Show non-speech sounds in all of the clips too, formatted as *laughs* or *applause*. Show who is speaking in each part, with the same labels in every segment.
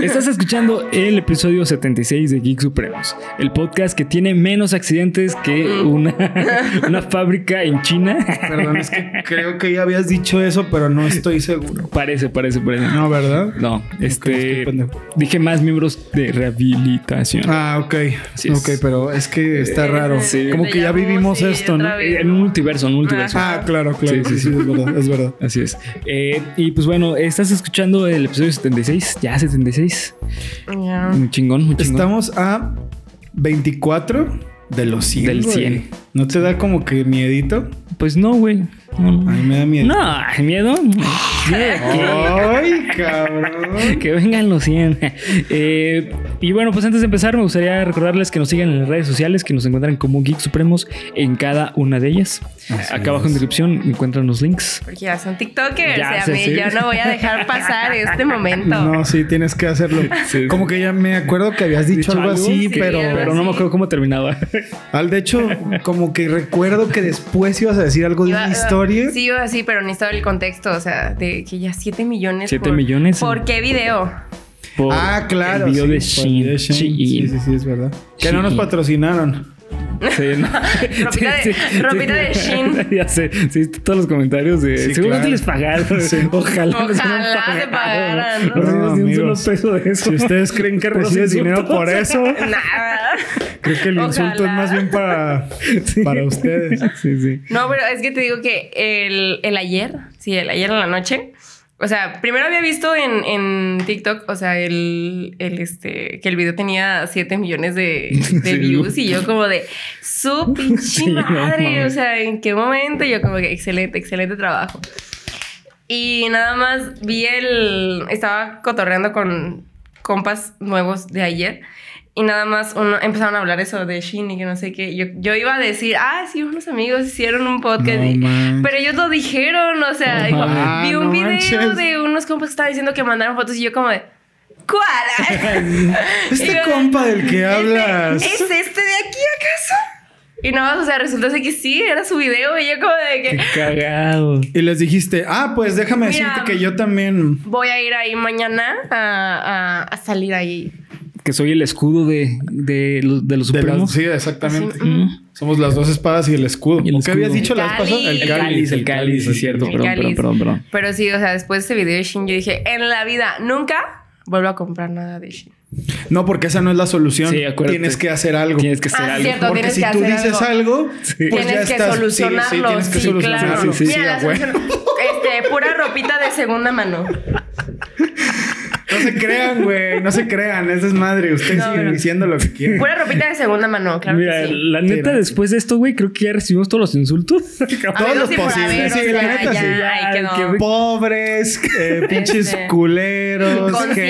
Speaker 1: Estás escuchando el episodio 76 de Geek Supremos, el podcast que tiene menos accidentes que una, *laughs* una fábrica en China. *laughs*
Speaker 2: Perdón, es que creo que ya habías dicho eso, pero no estoy seguro.
Speaker 1: Parece, parece, parece.
Speaker 2: No, ¿verdad?
Speaker 1: No, este.
Speaker 2: estoy pendejo.
Speaker 1: dije más miembros de rehabilitación.
Speaker 2: Ah, ok.
Speaker 1: Así es.
Speaker 2: Ok, pero es que está raro.
Speaker 1: Eh, sí.
Speaker 2: Como que ya vivimos esto, ¿no?
Speaker 1: Eh, En un multiverso, en un multiverso.
Speaker 2: Ah, claro,
Speaker 1: Sí,
Speaker 2: claro.
Speaker 1: sí,
Speaker 2: Sí, sí, es verdad, es verdad.
Speaker 1: Así es. Eh, y pues bueno, estás escuchando el episodio 76, ya 76. Muy chingón, muy *laughs* chingón.
Speaker 2: Estamos a 24 de los 100.
Speaker 1: Del
Speaker 2: güey.
Speaker 1: 100.
Speaker 2: ¿No te da como que miedito?
Speaker 1: Pues no, güey. No,
Speaker 2: A mí
Speaker 1: no.
Speaker 2: me da miedo.
Speaker 1: No, ay, *laughs* miedo.
Speaker 2: ¡Ay, cabrón!
Speaker 1: *laughs* Que vengan los 100. Eh, y bueno, pues antes de empezar, me gustaría recordarles que nos sigan en las redes sociales, que nos encuentran como Geek Supremos en cada una de ellas.
Speaker 2: Así
Speaker 1: Acá abajo en
Speaker 2: es.
Speaker 1: descripción encuentran los links.
Speaker 3: Porque ya son TikTokers,
Speaker 1: Ya
Speaker 3: y a
Speaker 1: sé,
Speaker 3: mí
Speaker 1: sí.
Speaker 3: yo no voy
Speaker 1: *laughs*
Speaker 3: a dejar pasar este momento.
Speaker 2: No, sí, tienes que hacerlo.
Speaker 1: Sí.
Speaker 2: Como que ya me acuerdo que habías dicho, algo así,
Speaker 1: que-
Speaker 2: pero...
Speaker 3: algo
Speaker 1: pero no me acuerdo cómo terminaba. *laughs*
Speaker 2: Al de hecho, como que recuerdo que después ibas a decir algo de
Speaker 3: Iba-
Speaker 2: una historia.
Speaker 3: Sí, iba así, pero necesitaba el contexto, o sea, de que ya 7 millones.
Speaker 1: ¿Siete
Speaker 3: por-
Speaker 1: millones?
Speaker 3: ¿Por qué video?
Speaker 1: *laughs* Por
Speaker 2: Ah, claro.
Speaker 1: Oh, El video
Speaker 2: sí,
Speaker 1: de
Speaker 2: por el
Speaker 1: Shein.
Speaker 2: video de Shein. Sí,
Speaker 1: Shein.
Speaker 2: sí, sí, es verdad. Que no nos
Speaker 1: Shein.
Speaker 2: patrocinaron.
Speaker 1: *laughs* Sí, no.
Speaker 3: *laughs* Ropita de- ropita de Shein.
Speaker 1: *laughs* Ya sé, sí, todos los comentarios de.
Speaker 2: Sí,
Speaker 1: seguramente
Speaker 2: claro.
Speaker 1: les pagaron. *laughs* Ojalá. nos hubieran
Speaker 3: Ojalá te pagaran, ¿no?
Speaker 1: No, sé,
Speaker 2: No,
Speaker 1: nos dieron
Speaker 2: amigos.
Speaker 1: solo peso de eso.
Speaker 2: Si ustedes creen que
Speaker 1: Puros
Speaker 2: recibes dinero
Speaker 1: insultos.
Speaker 2: por eso,
Speaker 3: Nada.
Speaker 2: creo que el insulto es
Speaker 3: Ojalá.
Speaker 2: más bien para,
Speaker 1: *laughs* Sí.
Speaker 2: para ustedes.
Speaker 1: Sí, sí.
Speaker 3: No, pero es que te digo que el, el ayer, sí, el ayer en la noche. O sea, primero había visto en, en TikTok, o sea, el, el este, que el video tenía 7
Speaker 1: *laughs*
Speaker 3: millones de, de
Speaker 1: Sí.
Speaker 3: views y yo como de su
Speaker 1: *laughs*
Speaker 3: pinche
Speaker 1: Sí, no
Speaker 3: madre. o
Speaker 1: mames.
Speaker 3: sea, ¿en qué momento? Yo como que excelente, excelente trabajo. Y nada más vi el. Estaba cotorreando con compas nuevos de ayer. Y nada más uno, empezaron a hablar eso de Shin y que no sé qué. Yo, yo iba a decir, ah, sí, unos amigos hicieron un podcast.
Speaker 2: No
Speaker 3: y-
Speaker 2: manches.
Speaker 3: pero ellos lo dijeron, o sea,
Speaker 1: No
Speaker 3: dijo,
Speaker 2: mames.
Speaker 3: vi
Speaker 2: Ah,
Speaker 3: un
Speaker 2: no
Speaker 3: video
Speaker 2: manches.
Speaker 3: de unos compas que estaban diciendo que mandaron fotos y yo como de, ¿cuál?
Speaker 2: *laughs* Este
Speaker 3: Iba-
Speaker 2: compa del que
Speaker 3: ¿Este-
Speaker 2: hablas.
Speaker 3: ¿Es este de aquí acaso? Y nada más, o sea, resulta ser que sí, era su video y yo como de que...
Speaker 1: Qué cagado.
Speaker 2: Y les dijiste, ah, pues déjame
Speaker 3: Mira.
Speaker 2: decirte que yo también.
Speaker 3: Voy a ir ahí mañana a, a- a salir ahí.
Speaker 1: Que soy el escudo de, de, los- de los
Speaker 2: de las-
Speaker 1: supremos.
Speaker 2: sí, exactamente.
Speaker 3: Así, mm.
Speaker 2: Somos las dos espadas y el escudo.
Speaker 1: Y el
Speaker 2: ¿O ¿Qué habías
Speaker 1: escudo.
Speaker 2: dicho la vez
Speaker 3: Cáliz.
Speaker 2: pasada?
Speaker 3: El
Speaker 1: cáliz, el cáliz, sí, cierto.
Speaker 3: El
Speaker 1: Perdón,
Speaker 3: cáliz.
Speaker 1: perdón, perdón, perdón.
Speaker 3: Pero sí, o sea, después de ese video de Shin, yo dije, en la vida nunca vuelvo a comprar nada de Shin.
Speaker 2: No, porque esa no es la solución.
Speaker 1: Sí, acuérdate.
Speaker 2: Tienes que hacer algo.
Speaker 1: Tienes que hacer
Speaker 3: Ah,
Speaker 1: algo.
Speaker 3: cierto.
Speaker 2: Porque
Speaker 3: tienes
Speaker 2: si
Speaker 3: que
Speaker 2: tú
Speaker 3: hacer
Speaker 2: dices
Speaker 3: algo.
Speaker 2: algo,
Speaker 1: Sí.
Speaker 2: pues ya
Speaker 3: tienes que
Speaker 2: estás. Sí,
Speaker 3: solucionarlo. Sí,
Speaker 2: tienes que solucionarlo.
Speaker 3: Claro.
Speaker 1: Sí, sí,
Speaker 3: Mira,
Speaker 2: a
Speaker 3: la
Speaker 2: huevo.
Speaker 3: solución- Este, pura ropita de segunda mano.
Speaker 2: No se crean, güey. No se crean. Es desmadre. Ustedes
Speaker 3: No,
Speaker 2: siguen
Speaker 3: no.
Speaker 2: diciendo lo que quieran.
Speaker 3: Pura ropita de segunda mano, claro
Speaker 1: Mira,
Speaker 3: que sí.
Speaker 1: la neta,
Speaker 2: Mira.
Speaker 1: después de esto, güey, creo que ya recibimos todos los insultos. *laughs*
Speaker 3: Ah,
Speaker 2: todos
Speaker 3: Amigos
Speaker 2: los
Speaker 3: y por
Speaker 2: posibles.
Speaker 3: haber,
Speaker 2: Sí,
Speaker 3: o
Speaker 2: la
Speaker 3: sea,
Speaker 2: neta,
Speaker 3: ya,
Speaker 2: sí.
Speaker 3: ahí
Speaker 1: Ya,
Speaker 3: quedó.
Speaker 2: Pobres, eh, pinches
Speaker 3: Este.
Speaker 2: culeros,
Speaker 3: Inconscientes,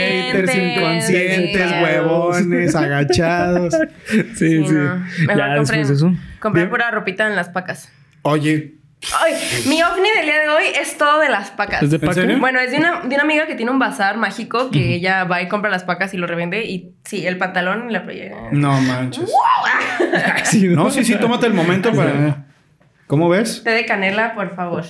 Speaker 2: haters inconscientes,
Speaker 3: sí.
Speaker 2: huevones, agachados.
Speaker 1: Sí, sí.
Speaker 3: Sí, no. Mejor
Speaker 1: Ya
Speaker 3: compré,
Speaker 1: después de
Speaker 3: *laughs*
Speaker 1: eso.
Speaker 3: compré
Speaker 2: Bien.
Speaker 3: pura ropita en las pacas.
Speaker 2: Oye,
Speaker 3: Ay, mi ovni del día de hoy es todo de las pacas.
Speaker 1: ¿Es de
Speaker 2: ¿En
Speaker 1: paca?
Speaker 2: serio?
Speaker 3: Bueno, es de una, de una amiga que tiene un bazar mágico que ella va y compra las pacas y lo revende. Y sí, el pantalón y la playera.
Speaker 2: no manches.
Speaker 3: Ah,
Speaker 2: No, sí, sí, tómate el momento para. ¿Cómo ves?
Speaker 3: Té de canela, por favor.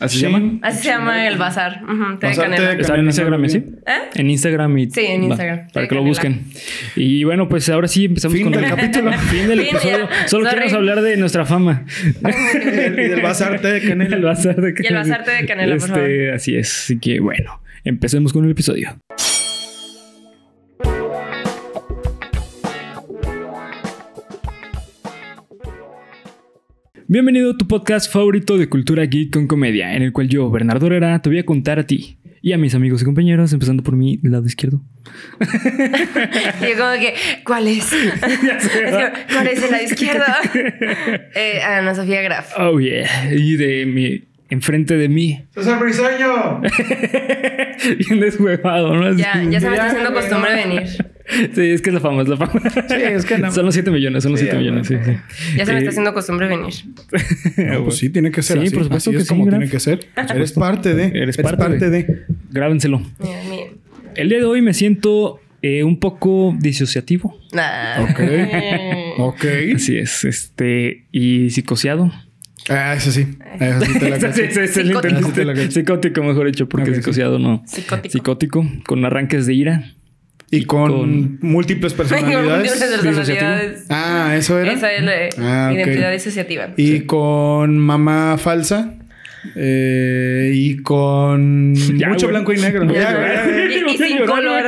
Speaker 1: ¿Así se
Speaker 2: *laughs*
Speaker 1: llama?
Speaker 3: Así se llama el bazar. Ujú, té de
Speaker 2: Bazar, té de
Speaker 3: canela.
Speaker 1: Está en Instagram, ¿sí?
Speaker 3: ¿Eh?
Speaker 1: En Instagram y...
Speaker 3: Sí, en
Speaker 1: va,
Speaker 3: Instagram.
Speaker 1: para que lo
Speaker 3: Déjenla.
Speaker 1: busquen. Y bueno, pues ahora sí empezamos
Speaker 2: Fin
Speaker 1: con
Speaker 3: *laughs*
Speaker 2: del capítulo.
Speaker 1: Fin del
Speaker 3: Fin,
Speaker 1: episodio.
Speaker 3: ya.
Speaker 1: Solo
Speaker 3: Sorry.
Speaker 1: queremos hablar de nuestra
Speaker 3: *laughs*
Speaker 1: fama.
Speaker 2: Y del bazar té de canela.
Speaker 1: El bazar de canela.
Speaker 3: bazar de canela, por
Speaker 1: Este,
Speaker 3: favor.
Speaker 1: Así es. Así que bueno, empecemos con el episodio. Bienvenido a tu podcast favorito de cultura geek con comedia, en el cual yo, Bernardo Herrera, te voy a contar a ti y a mis amigos y compañeros, empezando por mi lado izquierdo.
Speaker 3: Y yo como que, ¿cuál es? Es que, ¿Cuál es el lado izquierdo? Eh, Ana Sofía Graf.
Speaker 1: Oh, yeah. Y de mi. Enfrente de mí. *laughs*
Speaker 2: ¡César Briseño!
Speaker 1: Bien deshuevado, ¿no? Así.
Speaker 3: Ya, ya se me está
Speaker 2: Ya,
Speaker 3: haciendo
Speaker 2: güey,
Speaker 3: costumbre
Speaker 2: no.
Speaker 3: venir.
Speaker 1: Sí, es que es la fama, es la fama.
Speaker 2: Sí, es que no.
Speaker 1: Son los 7 millones, son los
Speaker 2: Sí,
Speaker 1: 7 millones, sí, sí.
Speaker 3: Ya se me está
Speaker 1: Eh, *laughs*
Speaker 3: haciendo costumbre venir.
Speaker 2: No, pues sí, tiene que ser
Speaker 1: Sí,
Speaker 2: así.
Speaker 1: por supuesto
Speaker 2: Así
Speaker 1: que sí,
Speaker 2: es como
Speaker 1: Graf.
Speaker 2: tiene que ser. Eres parte de.
Speaker 1: Eres parte de.
Speaker 2: de.
Speaker 1: Grábenselo.
Speaker 3: Mira, mira.
Speaker 1: El día de hoy me siento eh, un poco disociativo.
Speaker 3: Nah.
Speaker 1: *laughs*
Speaker 2: Ok. Ok.
Speaker 1: Así es, este, y psicoseado.
Speaker 2: Ah, eso sí. Eso *laughs*
Speaker 1: *laughs*
Speaker 2: sí te la
Speaker 1: Sí,
Speaker 2: caché.
Speaker 1: sí, es el
Speaker 3: Psicótico.
Speaker 1: intento. Psicótico, mejor dicho, porque
Speaker 2: Ok, sí.
Speaker 1: psicoseado no.
Speaker 3: Psicótico.
Speaker 1: Psicótico, con arranques de ira.
Speaker 2: Y
Speaker 1: *laughs*
Speaker 2: con,
Speaker 1: con-
Speaker 2: múltiples personalidades.
Speaker 3: Múltiples personalidades.
Speaker 2: Ah, eso era.
Speaker 3: Esa es la
Speaker 2: Ah, ok.
Speaker 3: identidad disociativa.
Speaker 2: Y con mamá falsa. eh, y con
Speaker 1: *laughs* Ya,
Speaker 2: mucho
Speaker 1: güey.
Speaker 2: blanco y negro.
Speaker 1: Ya,
Speaker 2: Ya, güey.
Speaker 1: güey.
Speaker 3: Y- y sin
Speaker 1: Llorar,
Speaker 3: color.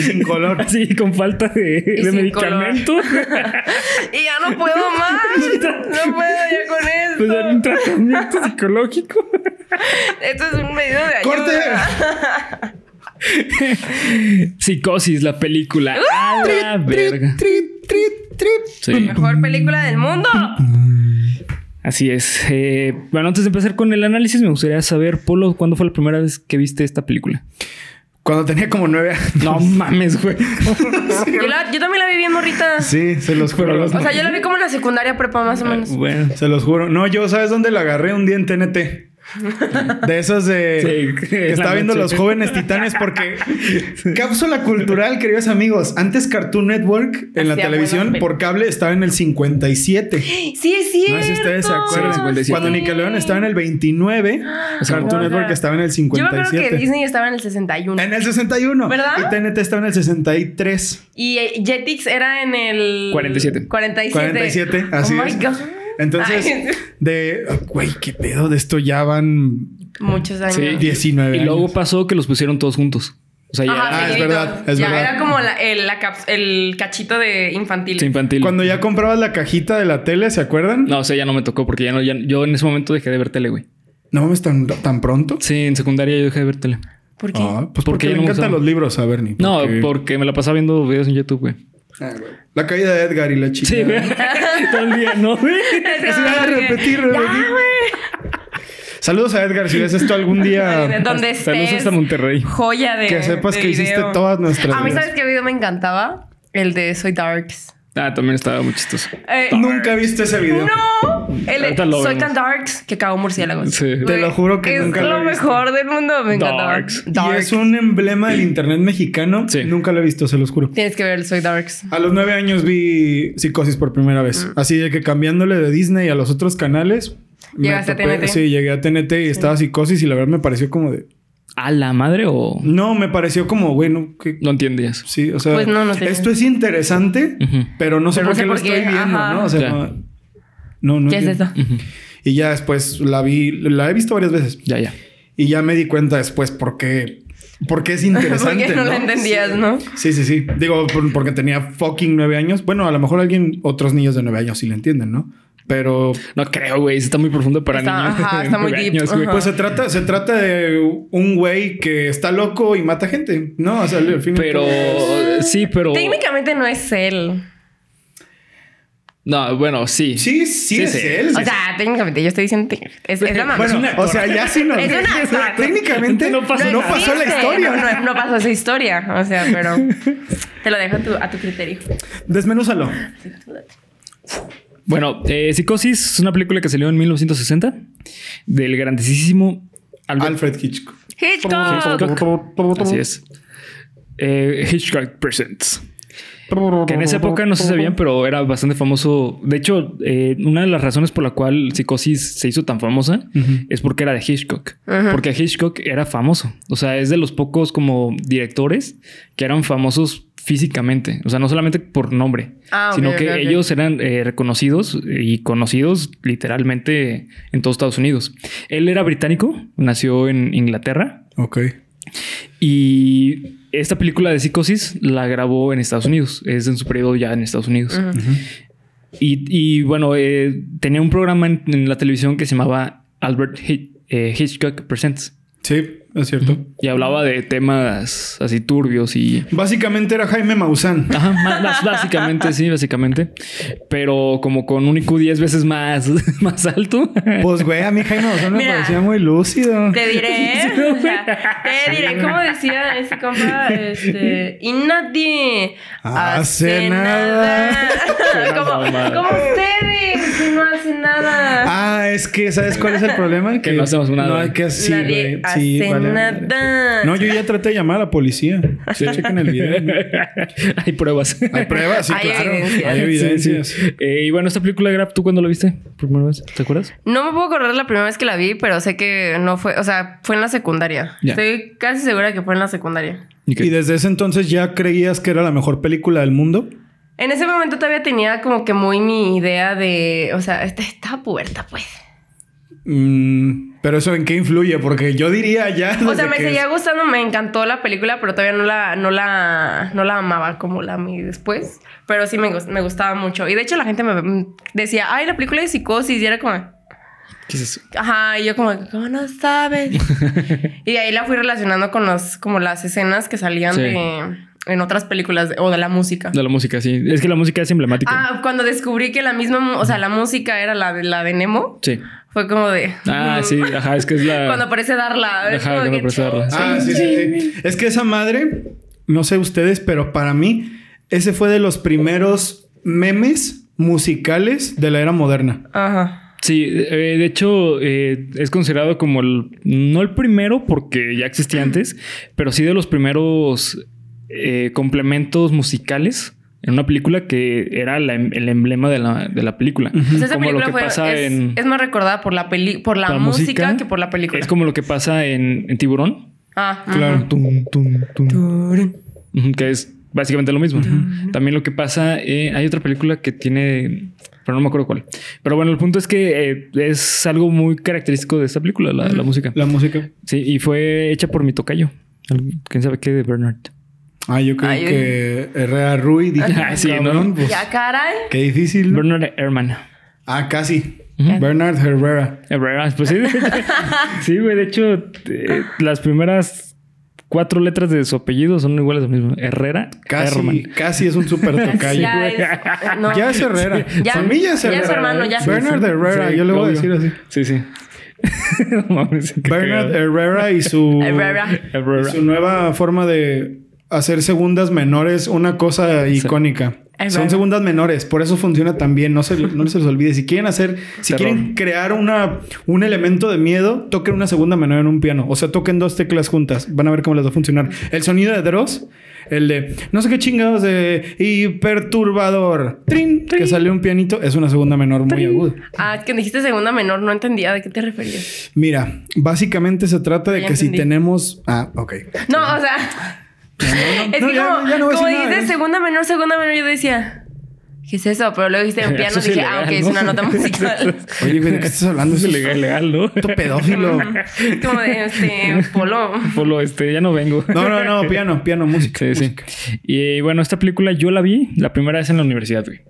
Speaker 1: *laughs*
Speaker 2: sin color.
Speaker 1: Así, con falta de, de
Speaker 3: sin *laughs*
Speaker 1: medicamento.
Speaker 3: Y ya no puedo más. No puedo ya con
Speaker 1: Pues dar
Speaker 3: esto.
Speaker 1: un tratamiento psicológico.
Speaker 3: Esto es un medio de ayuda.
Speaker 2: ¡Corte!
Speaker 1: Psicosis, la película.
Speaker 3: ¡Ah!
Speaker 1: A la verga.
Speaker 2: Trip, trip, trip.
Speaker 1: Sí.
Speaker 3: Mejor película del mundo.
Speaker 1: Así es. Eh, bueno, antes de empezar con el análisis, me gustaría saber, Polo, ¿cuándo fue la primera vez que viste esta *laughs* película?
Speaker 2: Cuando tenía como
Speaker 1: *laughs*
Speaker 2: nueve años.
Speaker 1: No mames, güey.
Speaker 3: Yo, la- yo también la vi bien morrita.
Speaker 2: Sí, se los juro.
Speaker 1: Pero-
Speaker 3: O sea, yo la vi como en la secundaria prepa más o menos.
Speaker 1: bueno.
Speaker 2: Se los juro. No, yo, ¿sabes dónde la agarré? Un día en TNT. De esas de...
Speaker 1: Sí,
Speaker 2: que
Speaker 1: en la
Speaker 2: estaba viendo
Speaker 1: noche.
Speaker 2: los jóvenes titanes porque... Cápsula cultural, queridos amigos. Antes Cartoon Network en la
Speaker 3: Hacía
Speaker 2: televisión
Speaker 3: buenas
Speaker 2: por cable estaba en el 57.
Speaker 3: Sí, es cierto.
Speaker 2: No sé si ustedes se acuerdan.
Speaker 1: Sí, 57.
Speaker 2: Cuando Nickelodeon estaba en el 29,
Speaker 1: O sea,
Speaker 2: Cartoon
Speaker 3: guarda.
Speaker 2: Network estaba en el
Speaker 3: Yo me acuerdo
Speaker 2: 57.
Speaker 3: que Disney estaba en el 61.
Speaker 2: En el 61.
Speaker 3: ¿Verdad?
Speaker 2: Y TNT estaba en el 63.
Speaker 3: Y eh, Jetix era en el...
Speaker 1: 47.
Speaker 3: 47.
Speaker 2: 47, así
Speaker 3: oh
Speaker 2: es.
Speaker 3: my God.
Speaker 2: Entonces,
Speaker 3: Ay,
Speaker 2: de... Güey, qué pedo. De esto ya van
Speaker 3: muchos años.
Speaker 1: Sí.
Speaker 2: 19
Speaker 1: Y
Speaker 2: años.
Speaker 1: luego pasó que los pusieron todos juntos. O sea, ya
Speaker 3: Ajá,
Speaker 1: era
Speaker 2: Ah, es
Speaker 3: seguidito.
Speaker 2: verdad, es
Speaker 3: ya
Speaker 2: verdad.
Speaker 3: era como la- el, la caps- el cachito de infantil.
Speaker 1: infantil.
Speaker 2: Cuando ya comprabas la cajita de la tele, ¿se acuerdan?
Speaker 1: No, o sea, ya no me tocó porque ya no, ya- yo en ese momento dejé de ver tele, güey.
Speaker 2: No mames, tan, tan pronto.
Speaker 1: Sí, en secundaria yo dejé de ver tele.
Speaker 3: ¿Por qué?
Speaker 2: Ah,
Speaker 1: Porque
Speaker 2: pues porque,
Speaker 1: ya
Speaker 2: le
Speaker 1: no me
Speaker 2: encantan
Speaker 1: gustaba.
Speaker 2: los libros a Bernie.
Speaker 1: No,
Speaker 2: porque-
Speaker 1: porque me la pasaba viendo videos en YouTube, güey.
Speaker 2: Ah, güey. La caída de Edgar y la chica.
Speaker 1: Sí, güey. *laughs* Todo el día, ¿no,
Speaker 3: *laughs*
Speaker 1: güey?
Speaker 2: Es una
Speaker 3: Porque-
Speaker 2: repetir,
Speaker 3: Ya,
Speaker 2: repetir. Saludos a Edgar si ves esto *laughs* algún día.
Speaker 3: Donde
Speaker 1: Saludos
Speaker 3: estés.
Speaker 1: hasta Monterrey.
Speaker 3: Joya de.
Speaker 2: que sepas
Speaker 3: de
Speaker 2: que hiciste
Speaker 3: video.
Speaker 2: todas nuestras.
Speaker 3: A mí,
Speaker 2: vidas.
Speaker 3: ¿sabes qué video me encantaba? El de Soy Darks.
Speaker 1: Ah, también estaba muy chistoso.
Speaker 3: Eh,
Speaker 2: Nunca viste ese video.
Speaker 3: No, el
Speaker 1: Ahorita
Speaker 3: de
Speaker 1: lo
Speaker 3: Soy
Speaker 1: vemos.
Speaker 3: tan darks que cago murciélagos.
Speaker 1: Sí. Te
Speaker 2: lo
Speaker 3: Güey,
Speaker 2: juro que
Speaker 3: es
Speaker 2: nunca lo
Speaker 3: lo
Speaker 2: he visto.
Speaker 3: mejor del mundo, me encantaba.
Speaker 1: Darks.
Speaker 2: Y es un emblema del internet mexicano.
Speaker 1: Sí.
Speaker 2: Nunca lo he visto, se los juro.
Speaker 3: Tienes que ver el Soy Darks.
Speaker 2: A los nueve años vi Psicosis por primera vez. Así de que cambiándole de Disney a los otros canales. me
Speaker 3: Llegaste a
Speaker 2: topé-
Speaker 3: TNT.
Speaker 2: Sí, llegué a TNT y estaba Psicosis y la verdad me pareció como de...
Speaker 1: ¿A la madre o...?
Speaker 2: No, me pareció como, bueno, que...
Speaker 1: No entendías.
Speaker 2: Sí, o sea...
Speaker 3: Pues no, no te-
Speaker 2: esto es interesante,
Speaker 1: Ujú.
Speaker 2: pero no sé
Speaker 3: Pero
Speaker 2: por qué lo estoy viendo,
Speaker 3: ajá.
Speaker 2: ¿no? O sea,
Speaker 1: Ya.
Speaker 2: no... No, no
Speaker 3: ¿Qué es
Speaker 2: entiendo.
Speaker 3: eso? *laughs*
Speaker 2: Y ya después la vi... La he visto varias veces.
Speaker 1: Ya, ya.
Speaker 2: Y ya me di cuenta después por qué... Por qué es interesante,
Speaker 3: *laughs* Porque no la entendías, ¿no?
Speaker 2: Sí, sí, sí. Digo, por- porque tenía fucking nueve años. Bueno, a lo mejor alguien... Otros niños de nueve años sí lo entienden, ¿no? Pero...
Speaker 1: No creo, güey. Está muy profundo para
Speaker 3: Está-
Speaker 1: niños. *laughs*
Speaker 3: ajá,
Speaker 1: de
Speaker 3: está muy
Speaker 1: nueve
Speaker 3: deep,
Speaker 1: güey.
Speaker 3: ajá.
Speaker 2: Pues se trata, se trata de un güey que está loco y mata gente, ¿no? O sea, al fin y al
Speaker 1: Pero...
Speaker 2: cabo-
Speaker 1: Sí, pero...
Speaker 3: Técnicamente no es él.
Speaker 1: No, bueno, sí.
Speaker 2: Sí, sí,
Speaker 1: Sí,
Speaker 2: es
Speaker 1: sí.
Speaker 2: él.
Speaker 3: O sea, técnicamente yo estoy diciendo. Es, es la mamá.
Speaker 2: bueno,
Speaker 1: un actor.
Speaker 2: o sea, ya sí nos...
Speaker 3: Es un actor.
Speaker 2: Técnicamente no
Speaker 1: No
Speaker 2: pasó,
Speaker 1: pasó
Speaker 2: no
Speaker 1: nada.
Speaker 2: pasó la
Speaker 3: Existe,
Speaker 2: historia.
Speaker 3: No, no- no pasó esa historia. O sea,
Speaker 2: *laughs*
Speaker 3: pero. Te lo dejo a tu, a tu criterio.
Speaker 2: Desmenúzalo.
Speaker 1: Bueno, eh, Psicosis es una película que salió en 1960 del grandísimo Albert
Speaker 2: Alfred Hitchcock.
Speaker 3: Hitchcock.
Speaker 1: Así es. Eh, Hitchcock Presents. Que en esa época no se sabían, pero era bastante famoso. De hecho, eh, una de las razones por la cual Psicosis se hizo tan famosa
Speaker 2: Ujú.
Speaker 1: es porque era de Hitchcock.
Speaker 3: Ujú.
Speaker 1: Porque Hitchcock era famoso. O sea, es de los pocos como directores que eran famosos físicamente. O sea, no solamente por nombre,
Speaker 3: Ah, ok,
Speaker 1: sino que
Speaker 3: ok, ok.
Speaker 1: ellos eran eh, reconocidos y conocidos literalmente en todos Estados Unidos. Él era británico, nació en Inglaterra.
Speaker 2: Ok.
Speaker 1: Y esta película de psicosis la grabó en Estados Unidos. Es en su periodo ya en Estados Unidos.
Speaker 3: Ujú.
Speaker 1: Y, y, bueno, eh, tenía un programa en, en la televisión que se llamaba Albert Hi- eh, Hitchcock Presents.
Speaker 2: Sí, es cierto.
Speaker 1: Y hablaba de temas así turbios y...
Speaker 2: Básicamente era Jaime Maussan.
Speaker 1: Ajá, más,
Speaker 3: *laughs*
Speaker 1: más básicamente, sí, básicamente. Pero como con un IQ 10 veces más, *laughs* más alto. *laughs*
Speaker 2: Pues, güey, a mí Jaime Maussan me
Speaker 3: Mira.
Speaker 2: parecía muy lúcido.
Speaker 3: Te diré. o sea, te diré. ¿Cómo decía ese compa? Este, y nadie
Speaker 2: Hace nada. *laughs*
Speaker 3: como,
Speaker 1: mamada.
Speaker 3: como ustedes que no hacen nada.
Speaker 2: Ah, es que, ¿sabes cuál es el problema?
Speaker 1: Que no hacemos nada.
Speaker 2: No hay que sí,
Speaker 3: Nadie
Speaker 2: güey. Sí,
Speaker 3: hace
Speaker 2: vale, vale.
Speaker 3: nada.
Speaker 2: No, yo ya traté de llamar a la policía. Sí, chequen el
Speaker 3: *laughs*
Speaker 2: video.
Speaker 1: Hay pruebas.
Speaker 2: Hay pruebas, sí,
Speaker 3: Hay
Speaker 2: claro.
Speaker 3: evidencias.
Speaker 2: Hay evidencias.
Speaker 1: Sí, sí. Eh, y bueno, esta película Grab, ¿tú cuándo la viste? ¿Por primera vez? ¿Te acuerdas?
Speaker 3: No me puedo acordar la primera vez que la vi, pero sé que no fue, o sea, fue en la secundaria.
Speaker 1: Ya.
Speaker 3: Estoy casi segura que fue en la secundaria.
Speaker 1: Ok.
Speaker 2: Y desde ese entonces ya creías que era la mejor película del mundo.
Speaker 3: En ese momento todavía tenía como que muy mi idea de, o sea, esta, esta puerta, pues.
Speaker 2: Mm, pero eso en qué influye, porque yo diría ya.
Speaker 1: *laughs*
Speaker 3: O
Speaker 2: desde
Speaker 3: sea, me
Speaker 2: que-
Speaker 3: seguía gustando, me encantó la película, pero todavía no la, no la, no la amaba como la amé después. Pero sí me, gus- me gustaba mucho. Y de hecho la gente me mm, decía, ay, la película de psicosis. Y era como,
Speaker 1: ¿Qué es eso?
Speaker 3: ajá, y yo como, ¿cómo
Speaker 1: *laughs*
Speaker 3: no sabes? y de ahí la fui relacionando con los, como las escenas que salían
Speaker 1: Sí.
Speaker 3: de, en otras películas de- o de la música.
Speaker 1: De la música, sí. Es que la música es emblemática.
Speaker 3: Ah, cuando descubrí que la misma, mu- o sea, la música era la de, la de Nemo,
Speaker 1: Sí.
Speaker 3: fue como de...
Speaker 1: Ah,
Speaker 3: mm,
Speaker 1: sí, ajá, es que es la.
Speaker 3: Cuando aparece Darla. es
Speaker 1: Ajá,
Speaker 3: como
Speaker 1: cuando aparece
Speaker 3: que-
Speaker 1: Darla.
Speaker 2: Ah, sí, sí, sí. Es que esa madre, no sé ustedes, pero para mí, ese fue de los primeros memes musicales de la era moderna.
Speaker 1: Ah.
Speaker 3: Ajá.
Speaker 1: Sí, eh, de hecho eh, es considerado como el, no el primero porque ya existía antes, pero sí de los primeros eh, complementos musicales en una película que era la em- el emblema de la, de la película.
Speaker 3: O sea, Pues esa
Speaker 1: Como
Speaker 3: película
Speaker 1: lo que
Speaker 3: fue-
Speaker 1: pasa
Speaker 3: es,
Speaker 1: en
Speaker 3: es más recordada por la peli, por la,
Speaker 1: la
Speaker 3: música, que por la película.
Speaker 1: Es como lo que pasa en, en Tiburón,
Speaker 3: Ah, ajá.
Speaker 2: Claro.
Speaker 1: Tum, tum, tum.
Speaker 3: Turun.
Speaker 1: Ujú, que es básicamente lo mismo. También lo que pasa, eh, hay otra película que tiene, pero no me acuerdo cuál. Pero bueno, el punto es que eh, es algo muy característico de esta película, la, la música.
Speaker 2: La música.
Speaker 1: Sí, y fue hecha por mi tocayo. Al- ¿Quién sabe qué de Bernard?
Speaker 2: Ah, yo creo
Speaker 3: Ay,
Speaker 2: que Herrera Rui
Speaker 3: *laughs*
Speaker 2: dije,
Speaker 1: Ah, sí,
Speaker 2: cabrón,
Speaker 1: ¿no?
Speaker 2: pues,
Speaker 3: Ya, caray.
Speaker 2: qué difícil.
Speaker 1: Bernard Herman.
Speaker 2: ah, casi.
Speaker 1: Ujú.
Speaker 2: Bernard Herrera.
Speaker 1: Herrera,
Speaker 2: *laughs*
Speaker 1: pues sí. sí, güey. De hecho, eh, las primeras cuatro letras de su apellido son iguales al mismo. Herrera
Speaker 2: Casi,
Speaker 1: Herman.
Speaker 2: casi es un super tocayo.
Speaker 1: Ay,
Speaker 3: *laughs* Ya
Speaker 1: güey.
Speaker 3: es, eh, no.
Speaker 2: Ya es Herrera.
Speaker 3: *laughs* Ya-
Speaker 2: Para mí ya es
Speaker 3: ya es
Speaker 2: Herrera. ¿eh?
Speaker 3: hermano, ya.
Speaker 2: Bernard
Speaker 1: Sí, sí.
Speaker 2: Herrera,
Speaker 1: Sí,
Speaker 2: yo le voy a
Speaker 1: obvio.
Speaker 2: decir así.
Speaker 1: Sí, sí. *laughs* no mames, qué
Speaker 2: Bernard
Speaker 1: cagado.
Speaker 2: Herrera y su,
Speaker 3: *laughs* Herrera.
Speaker 1: Herrera.
Speaker 2: y su nueva forma de hacer segundas menores, una cosa icónica.
Speaker 3: Herrera.
Speaker 2: Son segundas menores, por eso funciona tan bien. No se, no se les olvide. Si quieren hacer, si
Speaker 1: Terror.
Speaker 2: quieren crear una, un elemento de miedo, toquen una segunda menor en un piano. O sea, toquen dos teclas juntas. Van a ver cómo les va a funcionar. El sonido de Dross, el de no sé qué chingados de y perturbador, trin, que sale un pianito, es una segunda menor muy aguda.
Speaker 3: Ah, es que dijiste segunda menor, no entendía de qué te referías.
Speaker 2: Mira, básicamente se trata de
Speaker 3: Ya
Speaker 2: que si
Speaker 3: entendí.
Speaker 2: tenemos. Ah,
Speaker 3: *laughs*
Speaker 2: ok.
Speaker 3: No, o sea, es
Speaker 2: No,
Speaker 3: que
Speaker 2: ya-
Speaker 3: como,
Speaker 2: ya no voy a decir
Speaker 3: como
Speaker 2: nada, eh.
Speaker 3: dijiste
Speaker 2: ¿no?
Speaker 3: segunda menor, segunda menor, yo decía, ¿qué es eso? Pero luego dijiste en
Speaker 1: *laughs*
Speaker 3: piano,
Speaker 1: Eso es
Speaker 3: dije,
Speaker 1: ilegal,
Speaker 3: ah, ok, es
Speaker 1: ¿no? *laughs*
Speaker 3: una nota musical.
Speaker 2: Oye, güey, ¿de qué estás hablando?
Speaker 1: Es
Speaker 2: Eso es
Speaker 1: legal, legal, *laughs* ¿no?
Speaker 2: puto
Speaker 3: *laughs*
Speaker 2: pedófilo.
Speaker 3: como de este polo.
Speaker 1: Polo, este, ya no vengo.
Speaker 2: No, no, no, piano, piano, música.
Speaker 1: Sí, sí.
Speaker 2: música.
Speaker 1: Y eh, bueno, esta película yo la vi la primera vez en la universidad, güey.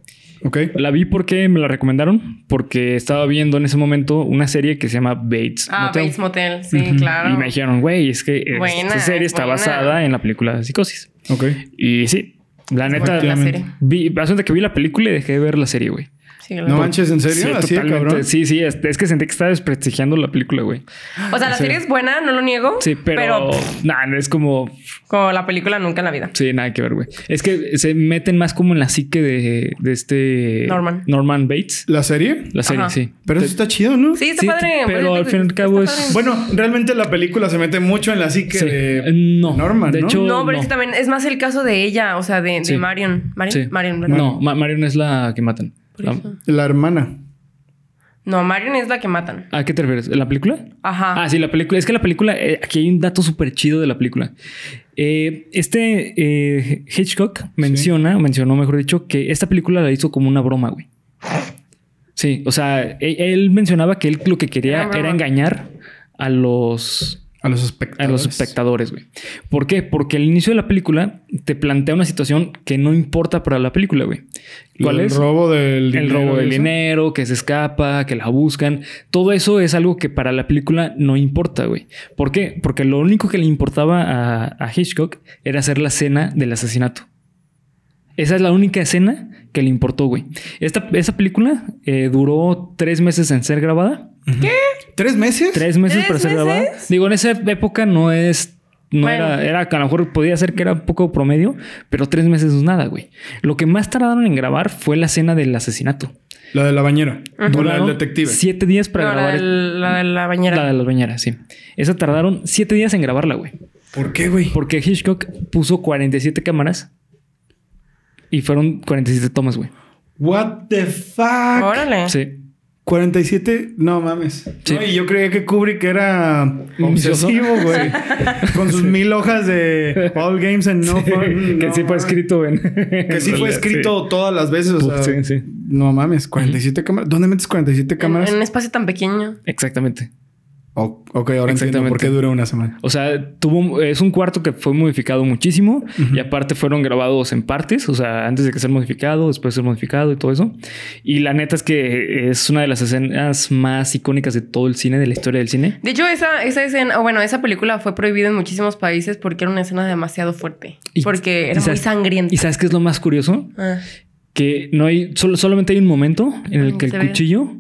Speaker 2: Ok.
Speaker 1: La vi porque me la recomendaron, porque estaba viendo en ese momento una serie que se llama Bates.
Speaker 3: Ah,
Speaker 1: Motel.
Speaker 3: Bates Motel, sí, claro.
Speaker 1: Y me dijeron, güey, es que
Speaker 3: Buena,
Speaker 1: esta serie está
Speaker 3: buena.
Speaker 1: basada en la película de Psicosis.
Speaker 2: Ok.
Speaker 1: Y sí, la neta,
Speaker 3: buena
Speaker 1: vi-
Speaker 3: serie.
Speaker 1: vi, haz cuenta que vi la película y dejé de ver la serie, güey.
Speaker 3: Sí, claro.
Speaker 2: No manches, ¿en serio?
Speaker 1: Sí,
Speaker 2: Así de
Speaker 1: totalmente.
Speaker 2: cabrón.
Speaker 1: Sí, sí, es, es que sentí que estaba desprestigiando la película, güey.
Speaker 3: O sea, la serie es buena, no lo niego.
Speaker 1: Sí, pero,
Speaker 3: pff,
Speaker 1: nada, es como,
Speaker 3: como la película nunca en la vida.
Speaker 1: sí, nada que ver, güey. Es que se meten más como en la psique de, de este
Speaker 3: Norman.
Speaker 1: Norman Bates,
Speaker 2: ¿La serie?
Speaker 1: la serie,
Speaker 3: Ajá.
Speaker 1: sí.
Speaker 2: Pero eso está chido, ¿no?
Speaker 3: Sí, está
Speaker 1: Sí,
Speaker 3: padre.
Speaker 1: pero
Speaker 3: pues,
Speaker 1: al
Speaker 3: te-
Speaker 1: fin y al
Speaker 3: está
Speaker 1: cabo es-
Speaker 3: padre.
Speaker 2: Bueno, realmente la película se mete mucho en la psique
Speaker 1: Sí. Eh,
Speaker 2: de
Speaker 1: No,
Speaker 2: Norman,
Speaker 1: de
Speaker 2: ¿no?
Speaker 1: hecho-
Speaker 3: No, pero
Speaker 1: no.
Speaker 3: es que también es más el caso de ella, o sea, de, de
Speaker 1: Sí.
Speaker 3: Marion. ¿Marion?
Speaker 1: Sí.
Speaker 3: Marion, ¿verdad?
Speaker 1: No, Ma- Marion es la que matan. Ah,
Speaker 3: Por
Speaker 1: La-
Speaker 3: eso.
Speaker 2: La hermana.
Speaker 3: No, Marion es la que matan.
Speaker 1: ¿A qué te refieres? ¿La película?
Speaker 3: Ajá.
Speaker 1: Ah, sí, la película. Es que la película, eh, aquí hay un dato súper chido de la película. Eh, este eh, Hitchcock menciona, mencionó mejor dicho, que esta película la hizo como una broma, güey. Sí, o sea, e- él, mencionaba que él lo que
Speaker 3: Era
Speaker 1: quería
Speaker 3: broma.
Speaker 1: era engañar a los,
Speaker 2: A los
Speaker 1: a
Speaker 2: espectadores.
Speaker 1: los espectadores, güey. ¿Por qué? Porque al inicio de la película te plantea una situación que no importa para la película, güey.
Speaker 2: Lo
Speaker 1: ¿Cuál
Speaker 2: del
Speaker 1: es?
Speaker 2: robo del
Speaker 1: el
Speaker 2: dinero
Speaker 1: robo
Speaker 2: y
Speaker 1: del
Speaker 2: eso.
Speaker 1: dinero, que se escapa, que la buscan. Todo eso es algo que para la película no importa, güey. ¿Por qué? Porque lo único que le importaba a, a Hitchcock era hacer la escena del asesinato. Esa es la única escena que le importó, güey. Esta, esa película eh, duró tres meses en ser grabada.
Speaker 2: ¿Tres meses?
Speaker 1: Tres meses
Speaker 3: ¿Tres
Speaker 1: para ser
Speaker 3: meses?
Speaker 1: grabada. Digo, en esa época no es. No
Speaker 3: Bueno.
Speaker 1: era, era, que a lo mejor podía ser que era un poco promedio, pero tres meses no es nada, güey. Lo que más tardaron en grabar fue la escena del asesinato.
Speaker 2: La de la bañera. O la del
Speaker 1: Duraron
Speaker 2: detective.
Speaker 1: Siete días para
Speaker 3: No, la,
Speaker 1: grabar
Speaker 3: de la, de la bañera.
Speaker 1: la de las bañeras, sí. Esa tardaron siete días en grabarla, güey.
Speaker 2: ¿Por qué, güey?
Speaker 1: Porque Hitchcock puso 47 cámaras y fueron 47 tomas, güey.
Speaker 2: What the fuck?
Speaker 3: Órale.
Speaker 1: Sí.
Speaker 2: 47, no mames.
Speaker 1: Sí.
Speaker 2: No, y yo creía que Kubrick era
Speaker 1: Ambicioso.
Speaker 2: obsesivo, güey.
Speaker 1: *laughs*
Speaker 2: Con sus mil hojas de All Games and No
Speaker 1: *laughs*
Speaker 2: Fun.
Speaker 1: que
Speaker 2: No,
Speaker 1: sí fue
Speaker 2: mames.
Speaker 1: escrito en.
Speaker 2: *laughs* Que sí fue escrito todas las veces. O
Speaker 1: Puf,
Speaker 2: sea,
Speaker 1: sí, sí.
Speaker 2: No mames, 47 cámaras. ¿Dónde metes 47
Speaker 3: En,
Speaker 2: cámaras?
Speaker 3: en un espacio tan pequeño.
Speaker 1: Exactamente.
Speaker 2: O- ok, ahora entiendo
Speaker 1: Exactamente.
Speaker 2: por qué dura una semana.
Speaker 1: O sea, tuvo es un cuarto que fue modificado muchísimo y aparte fueron grabados en partes, o sea, antes de que ser modificado, después de ser modificado y todo eso. Y la neta es que es una de las escenas más icónicas de todo el cine, de la historia del cine.
Speaker 3: De hecho, esa, esa escena, o bueno, esa película fue prohibida en muchísimos países porque era una escena demasiado fuerte.
Speaker 1: Y-
Speaker 3: porque
Speaker 1: y
Speaker 3: era muy
Speaker 1: sabes-
Speaker 3: sangrienta.
Speaker 1: ¿Y sabes qué es lo más curioso?
Speaker 3: Ah.
Speaker 1: Que no hay solo solamente hay un momento en el
Speaker 3: Mm,
Speaker 1: que el
Speaker 3: se ve.
Speaker 1: cuchillo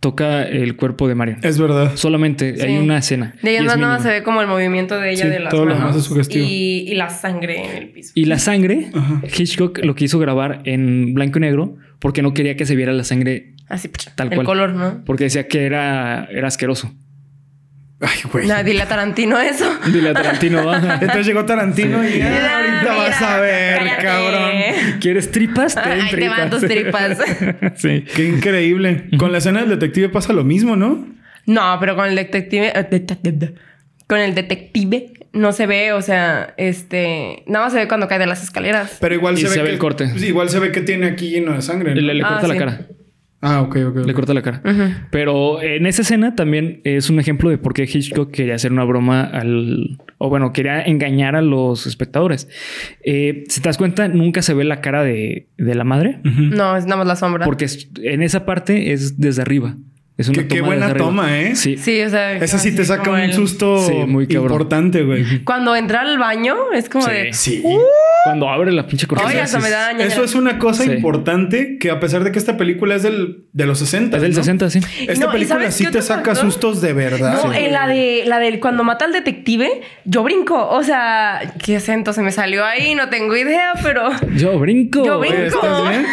Speaker 1: toca el cuerpo de Marion.
Speaker 2: Es verdad.
Speaker 1: Solamente hay
Speaker 3: Sí.
Speaker 1: una escena.
Speaker 3: De
Speaker 1: y
Speaker 3: ahí
Speaker 1: es
Speaker 3: en más nada más
Speaker 1: mínimo.
Speaker 3: se ve como el movimiento de ella
Speaker 2: Sí,
Speaker 3: de las
Speaker 2: todo lo
Speaker 3: manos
Speaker 2: demás es sugestivo.
Speaker 3: Y, y la sangre en el piso.
Speaker 1: Y la sangre,
Speaker 2: Ajá.
Speaker 1: Hitchcock lo quiso grabar en blanco y negro porque no quería que se viera la sangre
Speaker 3: Así, pues,
Speaker 1: Tal
Speaker 3: el
Speaker 1: cual.
Speaker 3: color, ¿no?
Speaker 1: porque decía que era, era asqueroso.
Speaker 2: Ay, güey.
Speaker 3: Nadie la Tarantino eso.
Speaker 1: Dile a Tarantino, "Ah, baja.
Speaker 2: Entonces llegó Tarantino y ah,
Speaker 3: Mira,
Speaker 2: ahorita
Speaker 3: mira,
Speaker 2: vas a ver,
Speaker 3: cállate.
Speaker 2: cabrón.
Speaker 1: *laughs* ¿Quieres tripas? Te den
Speaker 3: *laughs* Ahí te van tus tripas.
Speaker 1: *laughs* sí.
Speaker 2: Qué increíble. Con la escena del detective pasa lo mismo, ¿no?
Speaker 3: No, pero con el detective. eh, detective- Con el detective no se ve, o sea, este. Nada más se ve cuando cae de las escaleras.
Speaker 2: Pero igual
Speaker 1: Y
Speaker 2: se ve
Speaker 1: se ve
Speaker 2: que-
Speaker 1: el corte.
Speaker 2: sí, igual se ve que tiene aquí lleno de sangre. ¿no?
Speaker 1: Le, le
Speaker 3: Ah,
Speaker 1: corta la
Speaker 3: sí.
Speaker 1: cara.
Speaker 2: Ah, ok, ok. ok.
Speaker 1: Le corta la cara.
Speaker 3: Ujú.
Speaker 1: Pero en esa escena también es un ejemplo de por qué Hitchcock quería hacer una broma al... O bueno, quería engañar a los espectadores. Eh, si te das cuenta, nunca se ve la cara de, de la madre.
Speaker 2: Ujú.
Speaker 3: No, es nada más la sombra.
Speaker 1: Porque es- en esa parte es desde arriba. Es una
Speaker 2: Qué- qué
Speaker 1: toma
Speaker 2: buena
Speaker 1: desde arriba.
Speaker 2: toma, ¿eh?
Speaker 1: Sí.
Speaker 3: Sí, o sea.
Speaker 2: Esa sí
Speaker 3: así
Speaker 2: te saca
Speaker 3: como
Speaker 2: un
Speaker 3: el-
Speaker 2: susto
Speaker 1: Sí, muy cabrón.
Speaker 2: importante, güey.
Speaker 3: Cuando entra al baño, es como
Speaker 1: Sí.
Speaker 3: de.
Speaker 2: Sí.
Speaker 1: Cuando abre la pinche cortina.
Speaker 3: Oye, hasta me da ñañara.
Speaker 2: Eso es una cosa
Speaker 1: Sí.
Speaker 2: importante que a pesar de que esta película es del, de los 60.
Speaker 1: Es del
Speaker 2: ¿no?
Speaker 1: 60, sí.
Speaker 2: Esta
Speaker 3: No, ¿y
Speaker 2: película
Speaker 3: sabes
Speaker 2: sí
Speaker 3: qué
Speaker 2: te
Speaker 3: otro
Speaker 2: saca
Speaker 3: factor?
Speaker 2: sustos de verdad.
Speaker 3: No,
Speaker 2: Sí.
Speaker 3: eh, la de la del cuando mata al detective, yo brinco. O sea, qué acento se me salió ahí, no tengo idea, pero
Speaker 1: Yo brinco.
Speaker 3: Yo brinco.
Speaker 2: Oye, ¿Estás
Speaker 3: *laughs*
Speaker 2: bien?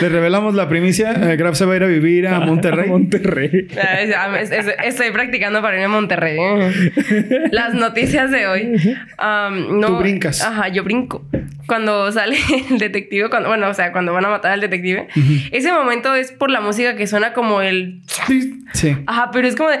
Speaker 2: Le revelamos la primicia. Eh, Graf se va a ir a vivir a Monterrey.
Speaker 1: Ah, Monterrey.
Speaker 3: Ah, es- ah, es- es- estoy practicando para ir a Monterrey. ¿eh? Las noticias de hoy. Am, no,
Speaker 2: Tú brincas.
Speaker 3: Ajá, yo brinco. Cuando sale el detective, cuando, bueno, o sea, cuando van a matar al detective, ese momento es por la música que suena como el.
Speaker 2: Sí, sí.
Speaker 3: Ajá, pero es como de.